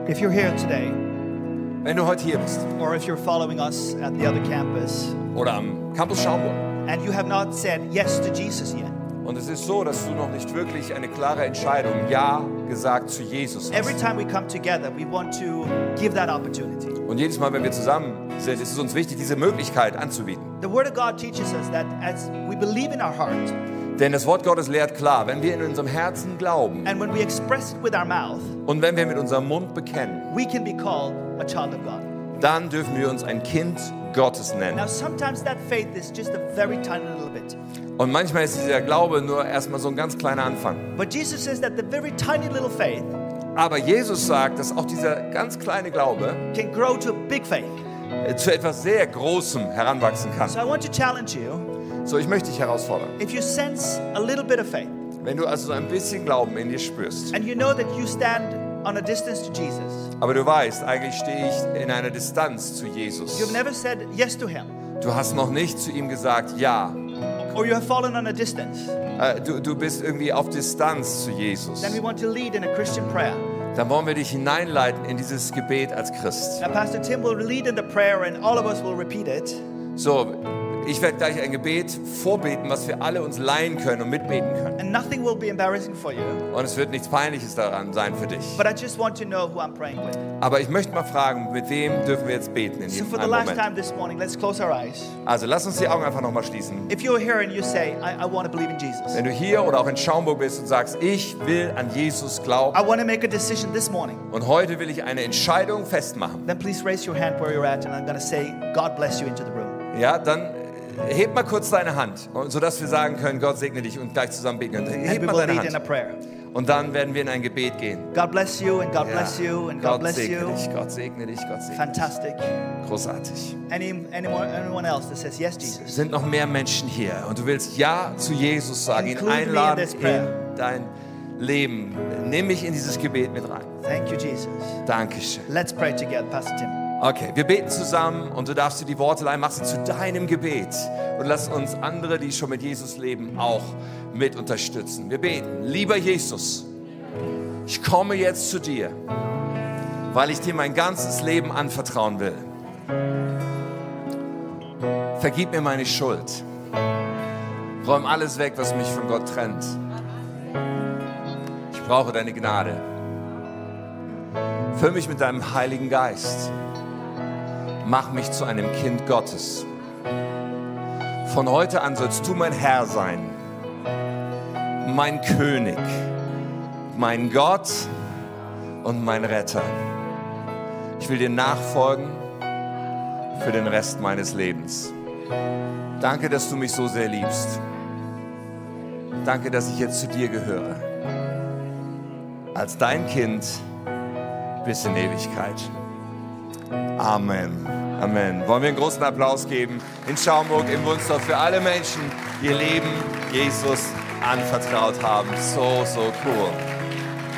Speaker 1: If you're here today,
Speaker 2: Wenn du heute hier bist
Speaker 1: or if you're following us at the other campus,
Speaker 2: oder am Campus Schaumburg
Speaker 1: and you have not said yes to Jesus yet,
Speaker 2: und es ist so, dass du noch nicht wirklich eine klare Entscheidung, Ja gesagt zu Jesus
Speaker 1: every
Speaker 2: hast.
Speaker 1: time we come together, we want to give that opportunity.
Speaker 2: Und jedes Mal, wenn wir zusammen sind, ist es uns wichtig, diese Möglichkeit anzubieten.
Speaker 1: The Word of God teaches us that as we believe in our heart
Speaker 2: Denn das Wort Gottes lehrt klar, wenn wir in unserem Herzen glauben
Speaker 1: and when we express it with our mouth,
Speaker 2: und wenn wir mit unserem Mund bekennen,
Speaker 1: we can be called a child of God.
Speaker 2: dann dürfen wir uns ein Kind Gottes nennen.
Speaker 1: Now, sometimes that faith is just a very tiny little bit.
Speaker 2: Und manchmal ist dieser Glaube nur erstmal so ein ganz kleiner Anfang.
Speaker 1: But Jesus says that the very tiny little faith
Speaker 2: Aber Jesus sagt, dass auch dieser ganz kleine Glaube
Speaker 1: can grow to a big faith.
Speaker 2: äh, zu etwas sehr Großem heranwachsen kann.
Speaker 1: So, I want to challenge you
Speaker 2: So, ich möchte dich herausfordern.
Speaker 1: if you sense a little bit of faith
Speaker 2: Wenn du also so ein bisschen Glauben in dir spürst,
Speaker 1: and you know that you stand on a distance to Jesus,
Speaker 2: aber du weißt, eigentlich stehe ich in einer Distanz zu Jesus.
Speaker 1: you've never said yes to Him,
Speaker 2: Du hast noch nicht zu ihm gesagt, ja.
Speaker 1: or you have fallen on a distance,
Speaker 2: Äh, du, du bist irgendwie auf Distanz zu Jesus.
Speaker 1: then we want to lead in a Christian prayer.
Speaker 2: Dann wollen wir dich hineinleiten in dieses Gebet als Christ.
Speaker 1: Now, Pastor Tim will lead in the prayer, and all of us will repeat it.
Speaker 2: So, ich werde gleich ein Gebet vorbeten, was wir alle uns leihen können und mitbeten können.
Speaker 1: And nothing will be embarrassing for you.
Speaker 2: Und es wird nichts Peinliches daran sein für dich.
Speaker 1: But I just want to know who I'm praying with.
Speaker 2: Aber ich möchte mal fragen, mit wem dürfen wir jetzt beten in
Speaker 1: So,
Speaker 2: diesem
Speaker 1: for the
Speaker 2: einen
Speaker 1: last
Speaker 2: Moment?
Speaker 1: time this morning, let's close our eyes.
Speaker 2: Also lass uns die Augen einfach nochmal schließen.
Speaker 1: If you're here and you say, I, I want to believe in Jesus,
Speaker 2: Wenn du hier oder auch in Schaumburg bist und sagst, ich will an Jesus glauben
Speaker 1: I want to make a decision this morning,
Speaker 2: und heute will ich eine Entscheidung festmachen,
Speaker 1: then please raise your hand where you're at, and I'm going to say, God bless you into the room.
Speaker 2: ja, dann äh, heb mal kurz deine Hand, und- sodass wir sagen können, Gott segne dich und gleich zusammen beten können.
Speaker 1: And
Speaker 2: Heb
Speaker 1: we
Speaker 2: mal
Speaker 1: will
Speaker 2: deine
Speaker 1: lead in a
Speaker 2: Hand
Speaker 1: prayer.
Speaker 2: und dann werden wir in ein Gebet gehen.
Speaker 1: God bless you, and God
Speaker 2: Ja.
Speaker 1: bless you, and God
Speaker 2: Gott
Speaker 1: bless
Speaker 2: segne
Speaker 1: you.
Speaker 2: dich, Gott segne dich, Gott segne
Speaker 1: Fantastic.
Speaker 2: dich. Großartig.
Speaker 1: Any, anyone, anyone else that says, Yes, Jesus?
Speaker 2: Es sind noch mehr Menschen hier und du willst Ja zu Jesus sagen, ihn
Speaker 1: Include me in
Speaker 2: einladen
Speaker 1: this prayer.
Speaker 2: in dein Leben. Nimm mich in dieses Gebet mit rein.
Speaker 1: Thank you, Jesus.
Speaker 2: Dankeschön.
Speaker 1: Let's pray together, Pastor Tim.
Speaker 2: Okay, wir beten zusammen und du darfst dir die Worte leihen, mach sie zu deinem Gebet und lass uns andere, die schon mit Jesus leben, auch mit unterstützen. Wir beten, lieber Jesus, ich komme jetzt zu dir, weil ich dir mein ganzes Leben anvertrauen will. Vergib mir meine Schuld. Räum alles weg, was mich von Gott trennt. Ich brauche deine Gnade. Füll mich mit deinem Heiligen Geist. Mach mich zu einem Kind Gottes. Von heute an sollst du mein Herr sein, mein König, mein Gott und mein Retter. Ich will dir nachfolgen für den Rest meines Lebens. Danke, dass du mich so sehr liebst. Danke, dass ich jetzt zu dir gehöre. Als dein Kind bis in Ewigkeit. Amen. Amen. Wollen wir einen großen Applaus geben in Schaumburg, im Wunstorf für alle Menschen, die ihr Leben Jesus anvertraut haben. So, so cool.